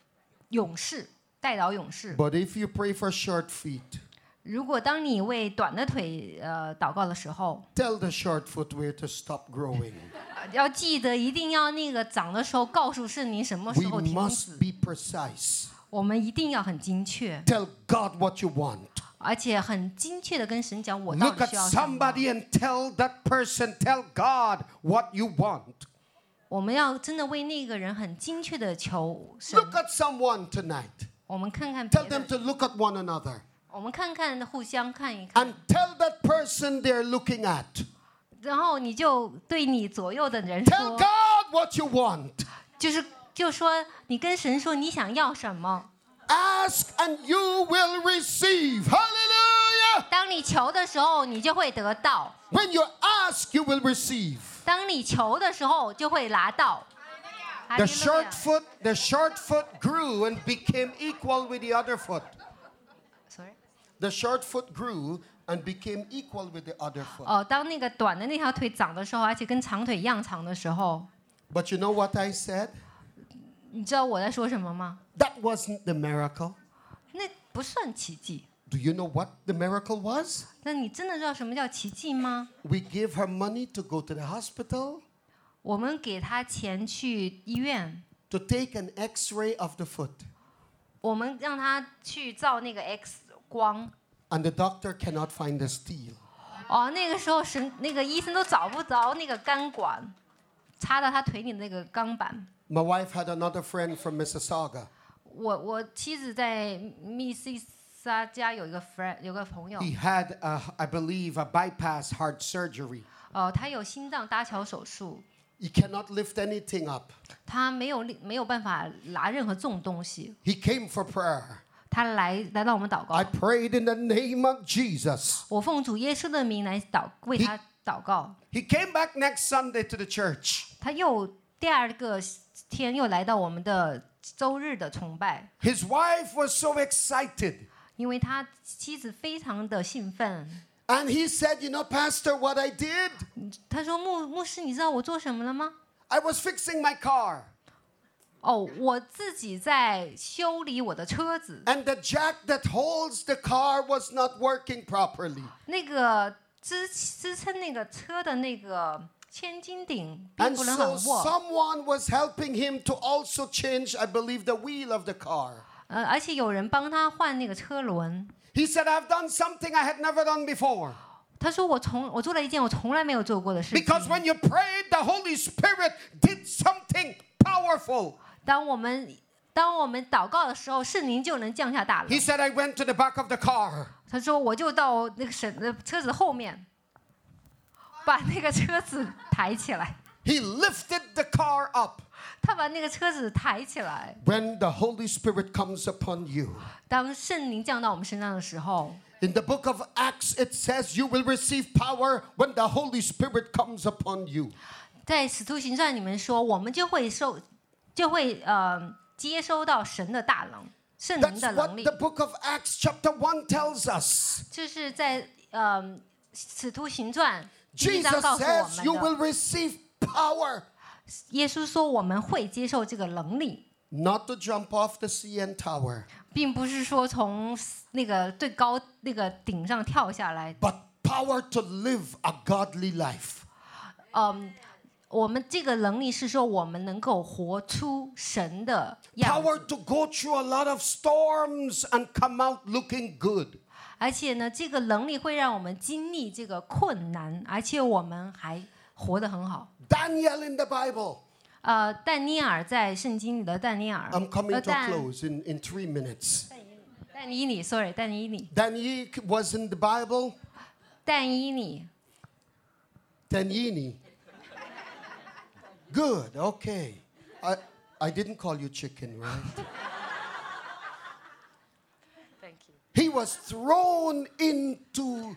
S5: 勇士，代祷勇士。
S4: But if you pray for short feet,
S5: 如果当你为短的腿呃祷告的时候，
S4: tell the short foot where to stop growing.
S5: 呃要记得一定要那个长的时候告诉圣灵什么时
S4: We
S5: 候停
S4: must
S5: 止，
S4: be precise.
S5: 我们一定要很精确，
S4: Tell God what you want.
S5: 而且很精确的跟神讲我到
S4: Look
S5: 底
S4: at
S5: 需要什么。
S4: somebody and tell that person, tell God what you want.
S5: 我们要真的为那个人很精确的求神。
S4: Look at someone tonight.
S5: 我们看看别
S4: Tell them to
S5: 的，
S4: look at one another
S5: 我们看看互相看一看
S4: and，tell that person they're looking at.
S5: 然后你就对你左右的人
S4: Tell
S5: 说，
S4: God what you want.
S5: 就是就说你跟神说你想要什么。
S4: Ask and you will receive. Hallelujah.
S5: 当你求的时候，你就会得到；
S4: When you ask, you will receive.
S5: 当你求的时候，就会拿到。
S4: The
S5: 哈利路亚
S4: short foot, the short foot grew and became equal with the other foot.
S5: Sorry
S4: The short foot grew and became equal with the other foot.
S5: 哦，当那个短的那条腿长的时候，而且跟长腿一样长的时候，
S4: But you know what I said?
S5: 你知道我在说什么吗？
S4: That wasn't the miracle.
S5: 那不算奇迹。
S4: Do you know what the miracle was?
S5: 那你真的知道什么叫奇迹吗？
S4: We gave her money to go to the hospital
S5: 我们给他钱去医院，
S4: to take an x ray of the foot.
S5: 我们让他去照那个 X 光。
S4: And the doctor cannot find the steel.
S5: 哦，那个时候神那个医生都找不着那个钢管，插到他腿里的那个钢板。
S4: My wife had another friend from Mississauga.
S5: 我我妻子在密西沙加有一个 friend 有个朋友，
S4: He had, a, I believe, a bypass heart surgery.
S5: 呃，他有心脏搭桥手术，
S4: He cannot lift anything up.
S5: 他没有力没有办法拿任何重东西，
S4: He came for prayer.
S5: 他来来到我们祷
S4: I
S5: 告，
S4: prayed in the name of Jesus.
S5: 我奉主耶稣的名来祷为
S4: 你
S5: 他祷告，
S4: He came back next Sunday to the church.
S5: 他又第二个天又来到我们的周日的崇拜，
S4: His wife was so excited.
S5: 因为他妻子非常的兴奋，
S4: And he said, You know, Pastor, what I did?
S5: 他说牧牧师，你知道我做什么了吗？
S4: I was fixing my car,
S5: 哦，我自己在修理我的车子。
S4: and the jack that holds the car was not working properly.
S5: 那个支支撑那个车的那个千斤顶并
S4: And
S5: 不能
S4: so
S5: 很握，
S4: someone was helping him to also change, I believe, the wheel of the car.
S5: 呃，而且有人帮他换那个车轮。
S4: He said, I've done something I had never done before.
S5: 他说我从我做了一件我从来没有做过的事
S4: Because
S5: 情。
S4: when you prayed, the Holy Spirit did something powerful.
S5: 当我们当我们祷告的时候，圣灵就能降下大
S4: He
S5: 能。
S4: said, I went to the back of the car.
S5: 他说：“我就到那个绳呃车子后面，把那个车子抬起来。
S4: He lifted the car up.
S5: 他把那个车子抬起来。
S4: When the Holy Spirit comes upon you,
S5: 当圣灵降到我们身上的时候，
S4: in the book of Acts, it says, You will receive power when the Holy Spirit comes upon you.
S5: 在《使徒行传》里面说，我们就会受，就会呃接收到神的大能，圣灵
S4: That's
S5: 的能
S4: what
S5: 力
S4: the，book of Acts, chapter 1, tells us.
S5: 就是在呃《使徒行传》第一
S4: Jesus
S5: 章告诉我
S4: says, You
S5: 们
S4: will
S5: 的。
S4: receive power.
S5: 耶稣说我们会接受这个能力，
S4: Not to jump off the CN Tower,
S5: 并不是说从那个最高那个顶上跳下来。
S4: but power to live a godly life.
S5: 嗯，我们这个能力是说我们能够活出神的样子
S4: Power to go through a lot of storms and come out looking good.
S5: 而且呢，这个能力会让我们经历这个困难，而且我们还活得很好。
S4: Daniel in the Bible.
S5: 呃，但尼尔在圣经里的但尼尔
S4: I'm
S5: 呃
S4: coming to a
S5: 但
S4: close in, in three minutes.
S5: 但以理，sorry，但以理，
S4: Daniel was in the Bible.
S5: 但以理，
S4: Tanini. Good, okay. I, I didn't call you chicken, right? Thank you. He was thrown into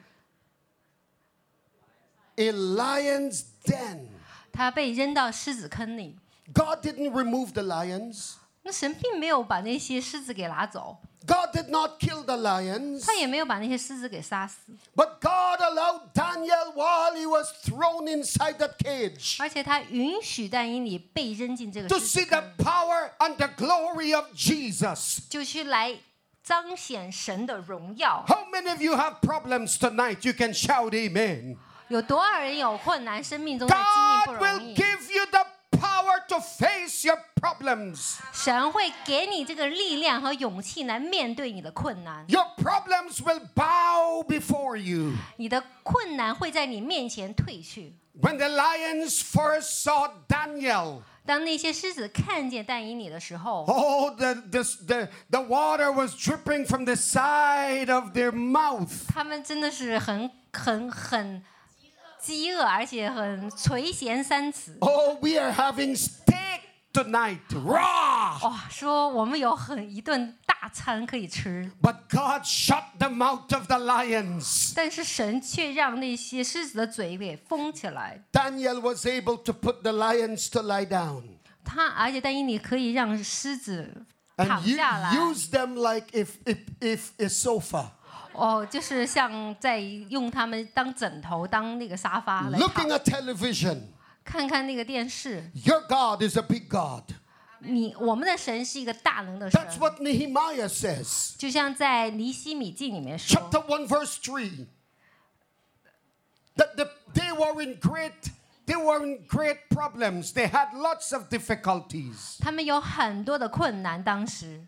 S4: a lion's den.
S5: 他被扔到狮子坑里。
S4: God didn't remove the lions.
S5: 那神并没有把那些狮子给拿走，
S4: God did not kill the lions,
S5: 他也没有把那些狮子给杀死，
S4: but God allowed Daniel while he was thrown inside that cage
S5: 而且他允许但以理被扔进这个
S4: to
S5: 狮
S4: see
S5: 子
S4: the
S5: 坑，
S4: power and the glory of Jesus.
S5: 就去来彰显神的荣耀。
S4: How many of you have problems tonight? You can shout amen.
S5: 有多少人有困难，生命中在经
S4: God
S5: 历不容
S4: will
S5: 易？
S4: give you the power to face your problems.
S5: 神会给你这个力量和勇气来面对你的困难，
S4: Your problems will bow before you.
S5: 你的困难会在你面前退去。
S4: When the lions first saw Daniel,
S5: 当那些狮子看见但以理的时候，
S4: oh, the, this, the, the water was dripping from the side of their mouth.
S5: 他们真的是很很很饥饿，而且很垂涎三尺。
S4: Oh, we are having steak tonight. Raw!
S5: 哇，说我们有很一顿大餐可以吃，
S4: But God shut the mouth of the lions.
S5: 但是神却让那些狮子的嘴给封起来。
S4: Daniel was able to put the lions to lie down.
S5: 他而且但以理可以让狮子
S4: and
S5: 躺
S4: you
S5: 下来。
S4: use them like if if if a sofa
S5: 哦，就是像在用它们当枕头、当那个沙发来躺
S4: looking at television
S5: 看看那个电视。
S4: your god is a big god
S5: 你我们的神是一个大能的
S4: that's
S5: 神，
S4: what nehemiah says
S5: 就像在《尼西米记》里面说，
S4: chapter 1 verse 3 that the, they were in great they were in great problems they had lots of difficulties
S5: 他们有很多的困难，当时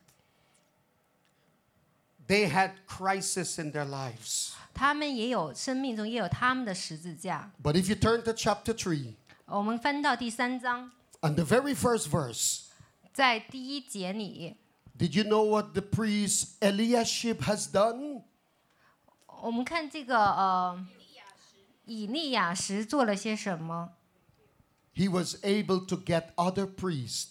S4: they had crisis in their lives
S5: 他们也有生命中也有他们的十字架。
S4: but if you turn to chapter 3
S5: 我们翻到第三章，
S4: and the very first verse
S5: 在第一节里，
S4: did you know what the priest eliashib has done
S5: 我们看这个呃，以利亚实做了些什么？
S4: he was able to get other priests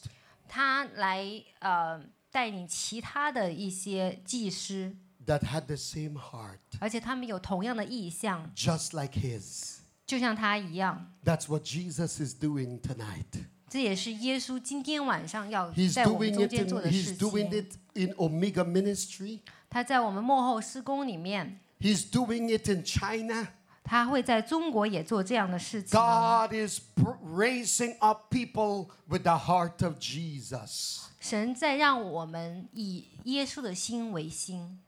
S5: 他来呃带领其他的一些技师，
S4: that had the same heart,
S5: 而且他们有同样的意向，
S4: just like his.
S5: 就像他一样。
S4: That's what Jesus is doing tonight.
S5: 这也是耶稣今天晚上要
S4: He's
S5: 在我们
S4: doing
S5: 中
S4: it.
S5: 间
S4: In,
S5: 做的
S4: he's
S5: 事
S4: doing
S5: 情。
S4: it in Omega Ministry.
S5: 他在我们幕后施工里面，
S4: He's doing it in China.
S5: 他会在中国也做这样的事情。
S4: God is pr- raising up people with the heart of Jesus.
S5: 神在让我们以耶稣的心为心。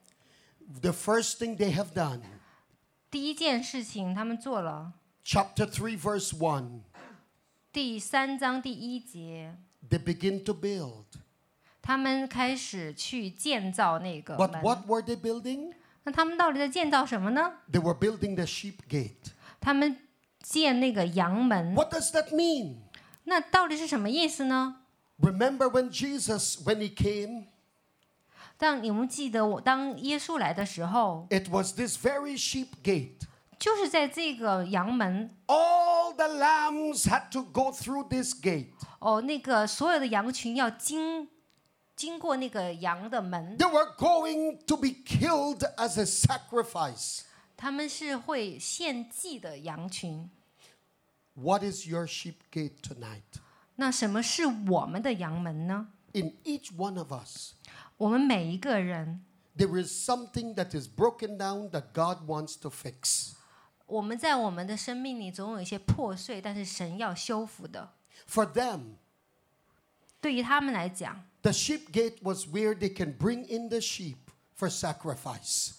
S4: The first thing they have done,
S5: 第一件事情他们做了，
S4: chapter 3, verse 1,
S5: 第三章第一节，
S4: they begin to build.
S5: 他们开始去建造那个
S4: But
S5: 门。
S4: what were they building?
S5: 那他们到底在建造什么呢？
S4: They were building the sheep gate.
S5: 他们建那个羊门。
S4: What does that mean?
S5: 那到底是什么意思呢？
S4: Remember when Jesus, when he came,
S5: 但你们记得我当耶稣来的时候，
S4: it was this very sheep gate.
S5: 就是在这个羊门
S4: All the lambs had to go through this gate.
S5: 哦，那个所有的羊群要经经过那个羊的门，
S4: They were going to be killed as a sacrifice.
S5: 他们是会献祭的羊群。
S4: What is your sheep gate tonight?
S5: 那什么是我们的羊门呢？
S4: In each one of us,
S5: 我们每一个人，
S4: there is something that is broken down that God wants to fix.
S5: 我们在我们的生命里总有一些破碎，但是神要修复的。
S4: For them,
S5: 对于他们来讲，
S4: the sheep gate was where they can bring in the sheep for sacrifice.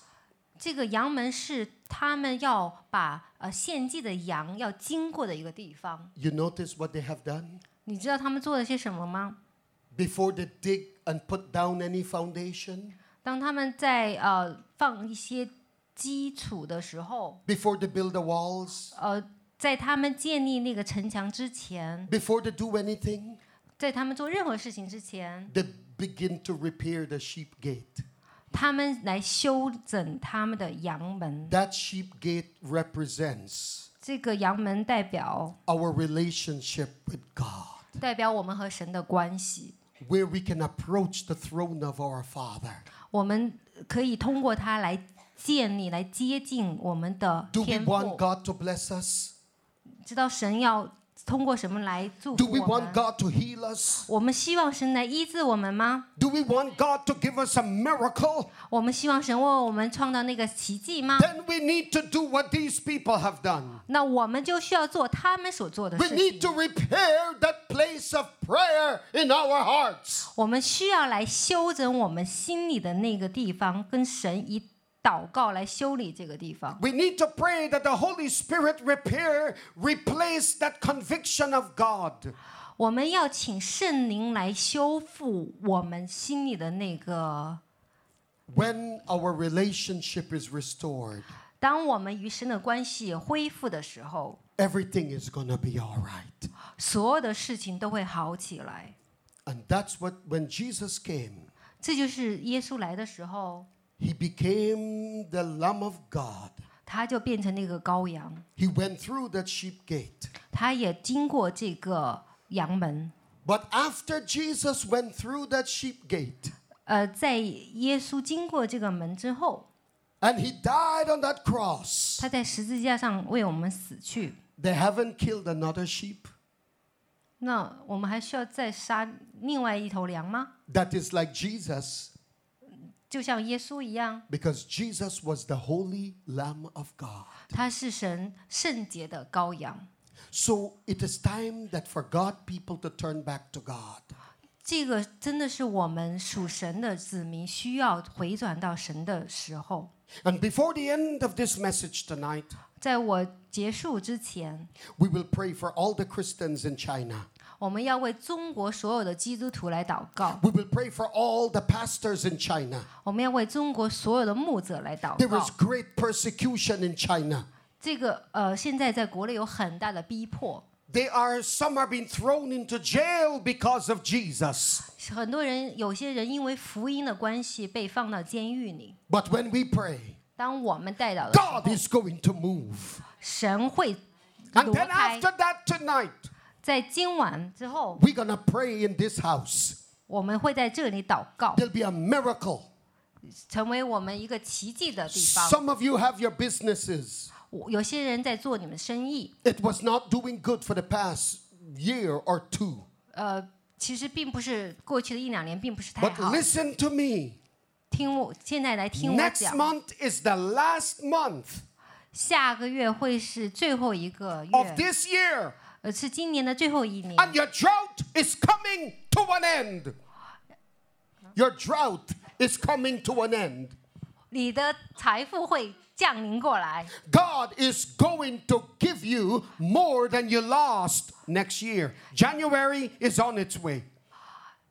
S5: 这个羊门是他们要把呃献祭的羊要经过的一个地方。
S4: You notice what they have done?
S5: 你知道他们做了些什么吗？
S4: Before they dig and put down any foundation,
S5: 当他们在呃放一些基础的时候，
S4: before they build the walls,
S5: 呃，在他们建立那个城墙之前，
S4: before they do anything,
S5: 在他们做任何事情之前，
S4: they begin to repair the sheep gate.
S5: 他们来修整他们的阳门。
S4: That sheep gate represents
S5: 这个阳门代表
S4: our relationship with God,
S5: 代表我们和神的关系，
S4: where we can approach the throne of our Father.
S5: 我们可以通过它来建立、来接近我们的
S4: Do we
S5: 天
S4: want
S5: 赋。
S4: God to bless us?
S5: 知道神要通过什么来祝
S4: Do
S5: 福
S4: we
S5: 我
S4: want
S5: 们？
S4: God to heal us?
S5: 我们希望神来医治我们吗？
S4: Do we want God to give us a miracle?
S5: 我们希望神为我们创造那个奇迹吗？
S4: Then we need to do what these people have done.
S5: 那我们就需要做他们所做的
S4: We
S5: 事
S4: need
S5: 情
S4: to。repair that place of prayer in our hearts.
S5: 我们需要来修整我们心里的那个地方，跟神以祷告来修理这个地方。
S4: We need to pray that the Holy Spirit repair, replace that conviction of God.
S5: 我们要请圣灵来修复我们心里的那个。
S4: When our relationship is restored,
S5: 当我们与神的关系恢复的时候，
S4: everything is going to be all right.
S5: 所有的事情都会好起来。
S4: And that's what, when Jesus came,
S5: 这就是耶稣来的时候，
S4: he became the Lamb of God.
S5: 他就变成那个羔羊，
S4: He went through that sheep gate.
S5: 他也经过这个羊门。
S4: But after Jesus went through that sheep gate
S5: 呃，在耶稣经过这个门之后，
S4: and he died on that cross,
S5: 他在十字架上为我们死去。
S4: they haven't killed another sheep
S5: 那我们还需要再杀另外一头羊吗？
S4: that is like Jesus
S5: 就像耶稣一样，
S4: because Jesus was the holy Lamb of God.
S5: 他是神圣洁的羔羊。
S4: So it is time that for God people to turn back to God.
S5: 这个真的是我们属神的子民需要回转到神的时候。
S4: And before the end of this message tonight,
S5: 在我结束之前，
S4: we will pray for all the Christians in China.
S5: 我们要为中国所有的基督徒来祷告，
S4: We will pray for all the pastors in China.
S5: 我们要为中国所有的牧者来祷
S4: There is
S5: 告。
S4: great persecution in China.
S5: 这个呃，现在在国内有很大的逼迫，
S4: They are some are being thrown into jail because of Jesus.
S5: 很多人有些人因为福音的关系被放到监狱里。
S4: But when we pray,
S5: 当我们带祷的时
S4: God
S5: 候，
S4: is going to move.
S5: 神会
S4: And
S5: 挪
S4: then
S5: 开。
S4: after that tonight,
S5: 在今晚之后，
S4: we're going to pray in this house.
S5: 我们会在这里祷告，
S4: There'll be a miracle.
S5: 成为我们一个奇迹的地方。
S4: Some of you have your businesses.
S5: 我有些人在做你们生意，
S4: It was not doing good for the past year or two.
S5: 呃，其实并不是过去的一两年并不是太
S4: But
S5: 好。
S4: listen to me.
S5: 听我现在来听我
S4: Next
S5: 讲，
S4: month is the last month
S5: 下个月会是最后一个
S4: of
S5: 月，
S4: this year,
S5: 呃，是今年的最后一年。
S4: and your drought is coming to an end. Your drought is coming to an end.
S5: 你的财富会降临过来，
S4: God is going to give you more than you lost next year. January is on its way.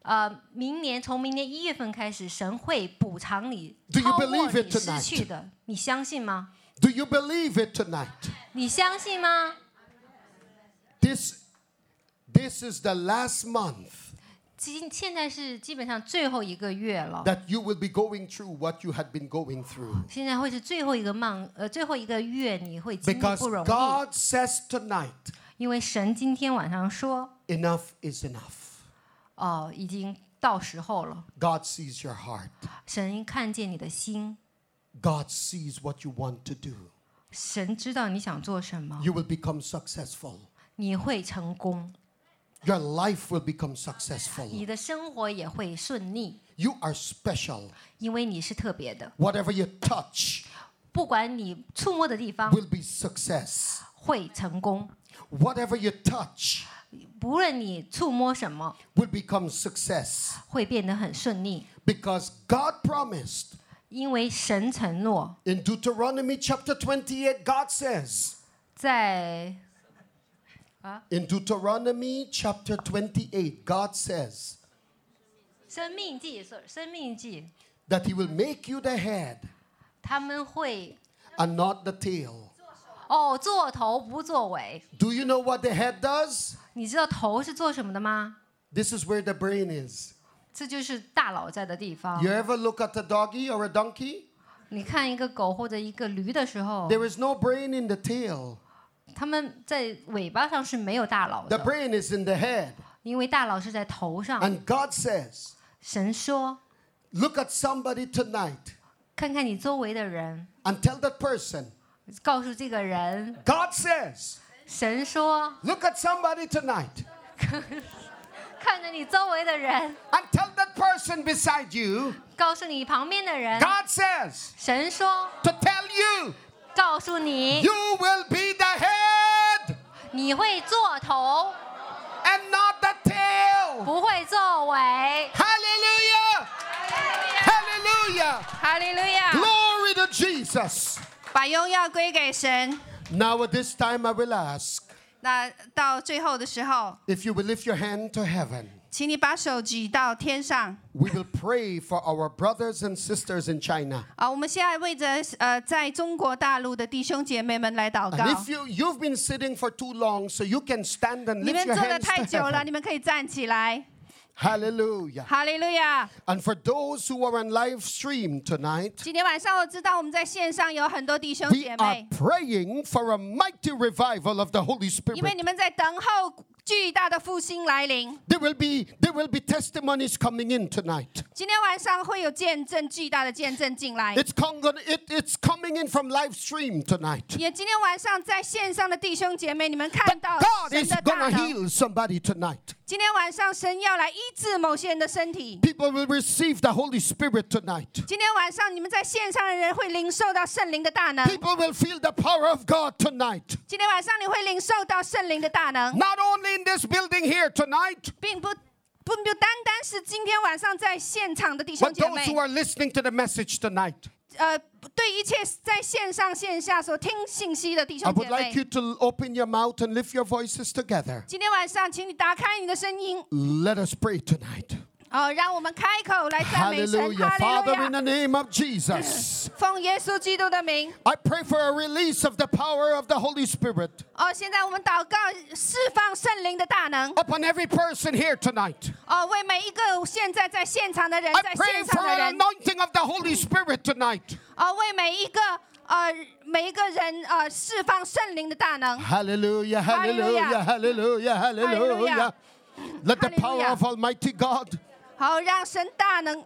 S5: 呃，明年从明年一月份开始，神会补偿你
S4: Do you
S5: 超过
S4: believe it
S5: 你失
S4: tonight?
S5: 去的，你相信吗？
S4: Do you believe it tonight?
S5: 你相信吗？
S4: This this is the last month
S5: 今现在是基本上最后一个月了，
S4: that you will be going through what you had been going through.
S5: 现在会是最后一个梦，呃，最后一个月你会经历
S4: Because
S5: 不容易，
S4: God says tonight,
S5: 因为神今天晚上说，
S4: enough is enough.
S5: 哦，已经到时候了，
S4: God sees your heart,
S5: 神看见你的心，
S4: God sees what you want to do.
S5: 神知道你想做什么，
S4: You will become successful.
S5: 你会成功，
S4: Your life will become successful.
S5: 你的生活也会顺利，
S4: You are special.
S5: 因为你是特别的，
S4: Whatever you touch
S5: 不管你触摸的地方
S4: will be success.
S5: 会成功，
S4: Whatever you touch
S5: 不论你触摸什么，
S4: will become success
S5: 会变得很顺利，
S4: because God promised
S5: 因为神承诺
S4: in Deuteronomy chapter 28 God says
S5: 在
S4: in Deuteronomy chapter 28 God says
S5: 生命记，所生命记，
S4: that he will make you the head
S5: 他们会
S4: and not the tail.
S5: 哦做头不做尾。
S4: Do you know what the head does?
S5: 你知道头是做什么的吗？
S4: This is where the brain is.
S5: 这就是大脑在的地方
S4: You。ever look at a doggy or a donkey?
S5: 你看一个狗或者一个驴的时候，
S4: There is no brain in the tail.
S5: 它们在尾巴上是没有大脑
S4: The 嗯
S5: 的，
S4: brain is in the head.
S5: 因为大脑是在头上。
S4: And God says,
S5: 神说
S4: look at somebody tonight：“
S5: 看看你周围的人，
S4: and tell that person,
S5: 告诉这个人。
S4: God says, ”
S5: 神说
S4: look at somebody tonight：“
S5: 看着你周围的人，
S4: and tell that person beside you,
S5: 告诉你旁边的人。
S4: God says, ”
S5: 神说
S4: to tell you,：“
S5: 告诉你，
S4: you will be the head
S5: 你会做头，
S4: and not the tail.
S5: 不会做尾。
S4: Hallelujah! Hallelujah! ”
S2: 哈利路
S5: Ah.
S2: 亚！
S4: Glory to Jesus.
S2: 把荣耀归给神。
S4: Now at this time I will ask
S2: 那到最后的时候，
S4: if you will lift your hand to heaven.
S2: 请你把手举到天上。
S4: We will pray for our brothers and sisters in China.
S2: 啊，我们现在为着呃，在中国大陆的弟兄姐妹们来祷
S4: And if
S2: 告。
S4: you you've been sitting for too long, so you can stand and
S2: 你们
S4: lift your
S2: 坐的
S4: hands
S2: 太
S4: to
S2: 久了，
S4: heaven.
S2: 你们可以站起来。
S4: Hallelujah.
S2: 哈利路亚！
S4: And for those who are on live stream tonight,
S2: 今天晚上我知道我们在线上有很多弟兄
S4: we
S2: 姐
S4: are
S2: 妹，
S4: praying for a mighty revival of the Holy
S2: 因为你
S4: Spirit.
S2: 们在等候巨大的复兴来临。
S4: There will be there will be testimonies coming in tonight.
S2: 今天晚上会有见证巨大的见证进来，
S4: It's con- it, it's coming in from live stream tonight.
S2: 也今天晚上在线上的弟兄姐妹，你们看
S4: But
S2: 到
S4: God
S2: 神
S4: is
S2: 的大
S4: gonna
S2: 能。
S4: heal somebody tonight.
S2: 今天晚上神要来医治某些人的身体。
S4: People will receive the Holy Spirit tonight.
S2: 今天晚上你们在线上的人会领受到圣灵的大能。
S4: People will feel the power of God tonight.
S2: 今天晚上你会领受到圣灵的大能，
S4: Not only in this building here tonight,
S2: 并不不不单单是今天晚上在现场的弟兄
S4: but
S2: 姐
S4: those
S2: 妹
S4: who，are listening to the message tonight.
S2: 呃，对一切在线上线下所听信息的弟
S4: I
S2: 兄姐
S4: would
S2: 妹
S4: like，you to open your mouth and lift your voices together.
S2: 今天晚上请你打开你的声音，
S4: Let us pray tonight.
S2: 哦，让我们开口来赞美神，
S4: Hallelujah.
S2: 哈利
S4: Father,
S2: 路
S4: in
S2: 亚
S4: the！name of Jesus,
S2: 奉耶稣基督的名，
S4: I pray for a release of the power of the Holy Spirit
S2: 哦，现在我们祷告，释放圣灵的大能，
S4: upon every person here tonight.
S2: 哦，为每一个现在在现场的人，
S4: I
S2: 在
S4: pray
S2: 线
S4: for
S2: 上的
S4: an
S2: 人，
S4: anointing of the Holy Spirit tonight.
S2: 哦，为每一个呃每一个人呃释放圣灵的大能。
S4: Hallelujah,
S2: Hallelujah.
S4: hallelujah, hallelujah, hallelujah.
S2: Hallelujah.
S4: Let the power
S2: Hallelujah.
S4: of Almighty God,
S2: 好，让神大能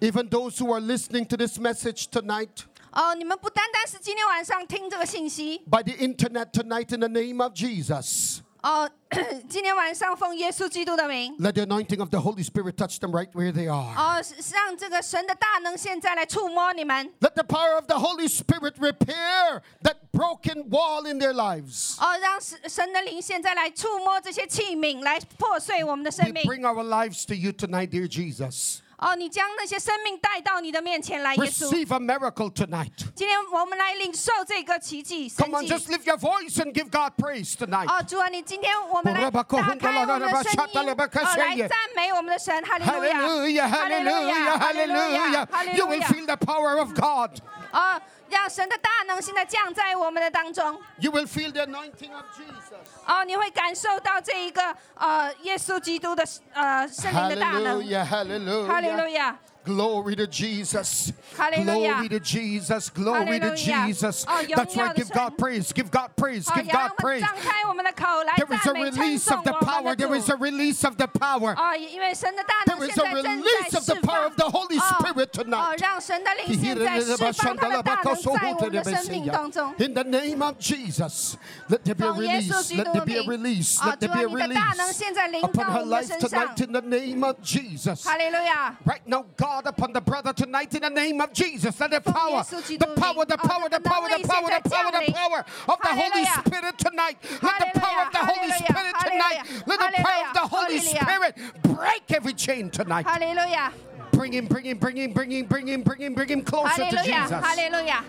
S4: even those who are listening to this message tonight,
S2: 哦！你们不单单是今天晚上听这个信息
S4: by the internet tonight, in the name of Jesus,
S2: 哦， 今天晚上奉耶稣基督的名
S4: let the anointing of the Holy Spirit touch them right where they are.
S2: 哦，让这个神的大能现在来触摸你们
S4: Let the power of the Holy Spirit repair that broken wall in their lives.
S2: 哦，让神神的灵现在来触摸这些器皿，来破碎我们的生
S4: We
S2: 命
S4: bring our lives to you tonight, dear Jesus.
S2: 哦！你将那些生命带到你的面前来，耶稣。
S4: Receive a miracle tonight.
S2: 今天我们来领受这个奇迹神
S4: Come on,
S2: 迹
S4: just lift your voice and give God praise tonight.
S2: 哦，主啊，你今天我们来打开我们的声音，哦，来赞美我们的神，哈利路亚，
S4: Hallelujah, hallelujah, hallelujah. You will
S2: 哈利路亚
S4: feel the power of God.
S2: 啊！让神的大能现在降在我们的当中。
S4: You will feel the anointing of Jesus.
S2: 哦，你会感受到这一个呃，耶稣基督的呃圣灵的大能。
S4: Hallelujah, hallelujah.
S2: 哈利路亚！
S4: Glory to Jesus.
S2: Hallelujah.
S4: Glory to Jesus. Glory to
S2: Hallelujah.
S4: Jesus.
S2: 哦，
S4: That's right.
S2: 荣耀的
S4: Give
S2: 神。
S4: God praise. Give God praise.
S2: 好，
S4: Give
S2: 让
S4: God
S2: 我们
S4: praise.
S2: 张开我们的口来
S4: There is a
S2: 赞美称
S4: release
S2: 颂
S4: of the
S2: 我
S4: power.
S2: 们
S4: There
S2: 的
S4: is
S2: 主
S4: a。release of the power.
S2: 哦，因为神的大
S4: There
S2: 能现
S4: is a
S2: 在正在
S4: release
S2: 释
S4: of the
S2: 放
S4: power of the Holy
S2: 哦
S4: Spirit
S2: 哦，
S4: tonight.
S2: 让神的灵现在释放他的大能在我们的生命当中。
S4: In the name of Jesus, let there be a
S2: 奉耶
S4: release.
S2: 稣基督
S4: Let
S2: 的
S4: there be a
S2: 名
S4: release.，
S2: 啊，
S4: Let
S2: 主
S4: there
S2: 啊，
S4: be a
S2: 你的大能
S4: release
S2: 现在临
S4: upon
S2: 到
S4: her
S2: 我们
S4: life
S2: 身上
S4: tonight. In the name of Jesus.
S2: 哈利路亚！
S4: Right now, God, upon the brother tonight, in the name of Jesus, let the
S2: From
S4: power,
S2: Jesus
S4: the power, the
S2: Christ,
S4: power, the
S2: the
S4: power, the
S2: anointing
S4: power, the
S2: that's
S4: power, the
S2: down
S4: power of the Holy
S2: Hallelujah.
S4: Spirit tonight. Let the power of the Holy
S2: Hallelujah,
S4: Spirit tonight.
S2: hallelujah,
S4: Let the power of the Holy
S2: hallelujah,
S4: Spirit break every chain tonight.
S2: 哈利路亚！
S4: Bring him, bring him, bring him, bring him, bring him, bring him, bring him
S2: 哈
S4: closer
S2: 利
S4: to
S2: 路亚！哈
S4: Jesus.
S2: 利路亚！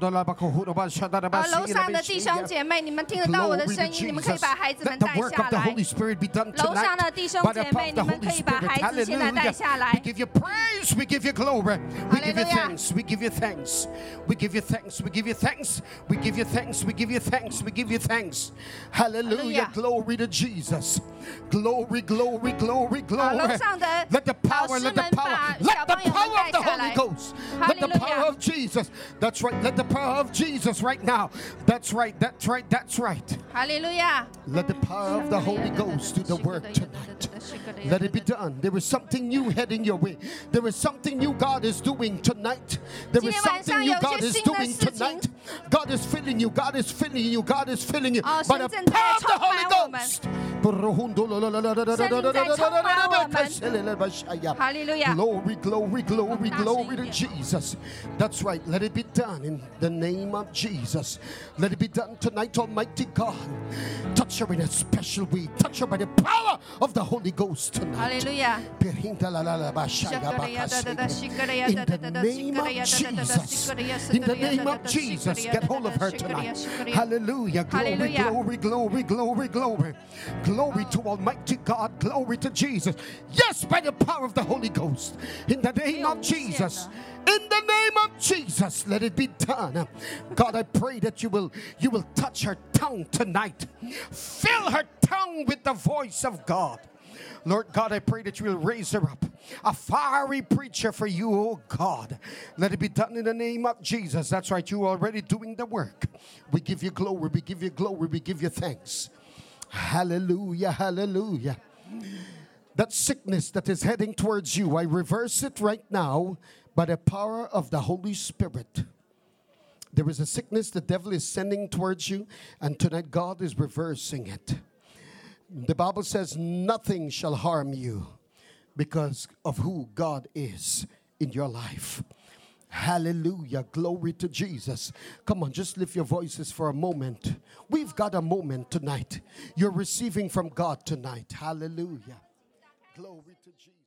S2: 啊，楼上的弟兄姐妹，你们听得到我
S4: Glory
S2: 的
S4: to
S2: 声音，你们可以
S4: Jesus.
S2: 把孩子们
S4: Let the
S2: 带
S4: work
S2: 下
S4: of the
S2: 来
S4: Holy。Spirit be done
S2: 楼上
S4: tonight.
S2: 的弟兄
S4: By the
S2: 姐
S4: power
S2: 妹，
S4: of
S2: 你
S4: the
S2: 们
S4: Holy
S2: 可以把
S4: Spirit.
S2: 孩子现在带下
S4: Hallelujah.
S2: 来
S4: We。give you praise. We give you glory. We give you
S2: Hallelujah.
S4: thanks. We give you thanks. We give you thanks. We give you thanks. We give you thanks. We give you thanks. We give you thanks. Hallelujah.
S2: Hallelujah.
S4: Glory to Jesus. Glory, glory, glory,
S2: 啊，
S4: glory.
S2: 楼上的
S4: Let the
S2: 老
S4: power,
S2: 师们
S4: let the power,
S2: 把小
S4: let the
S2: 朋友们
S4: power
S2: 带
S4: of the
S2: 下
S4: Holy
S2: 来。
S4: Ghost, let the power
S2: Hallelujah.
S4: of Jesus. That's right, let the power of Jesus right now. That's right, that's right, that's right.
S2: 哈利路亚！
S4: Let the power of the Holy Ghost do the work tonight. Let it be done. There is something new heading your way. There is something new God is doing tonight. There is
S2: 今天晚上
S4: something new God is
S2: 有一些新的
S4: doing
S2: 事情。
S4: tonight. God is filling you. God is filling you. God is filling you.
S2: 哦，
S4: By the
S2: 神正在
S4: power of the
S2: 充满我们。
S4: Holy Ghost.
S2: 圣灵在充满我们。哈利路亚。
S4: Glory, glory,
S2: 更
S4: glory,
S2: 大声一点。
S4: glory to Jesus. That's right. Let it be done in the name of Jesus. Let it be done tonight, Almighty God. Touch her in a special way. Touch her by the power of the Holy Ghost
S2: 哈
S4: tonight.
S2: 利路亚！
S4: In the name of Jesus. In the name of Jesus. Get hold of her tonight. Hallelujah. Glory,
S2: Hallelujah.
S4: glory, glory, glory, glory. Glory to Almighty God. Glory to Jesus. Yes, by the power of the Holy Ghost. In the name of Jesus. In the name of Jesus, let it be done. God, I pray that you will you will touch her tongue tonight. Fill her tongue with the voice of God. Lord God, I pray that you will raise her up, a fiery preacher for you, oh God. Let it be done in the name of Jesus. That's right, you are already doing the work. We give you glory, we give you glory, we give you thanks. Hallelujah, hallelujah. That sickness that is heading towards you, I reverse it right now by the power of the Holy Spirit. There is a sickness the devil is sending towards you, and tonight God is reversing it. The Bible says, Nothing shall harm you because of who God is in your life. Hallelujah. Glory to Jesus. Come on, just lift your voices for a moment. We've got a moment tonight. You're receiving from God tonight. Hallelujah. Glory to Jesus.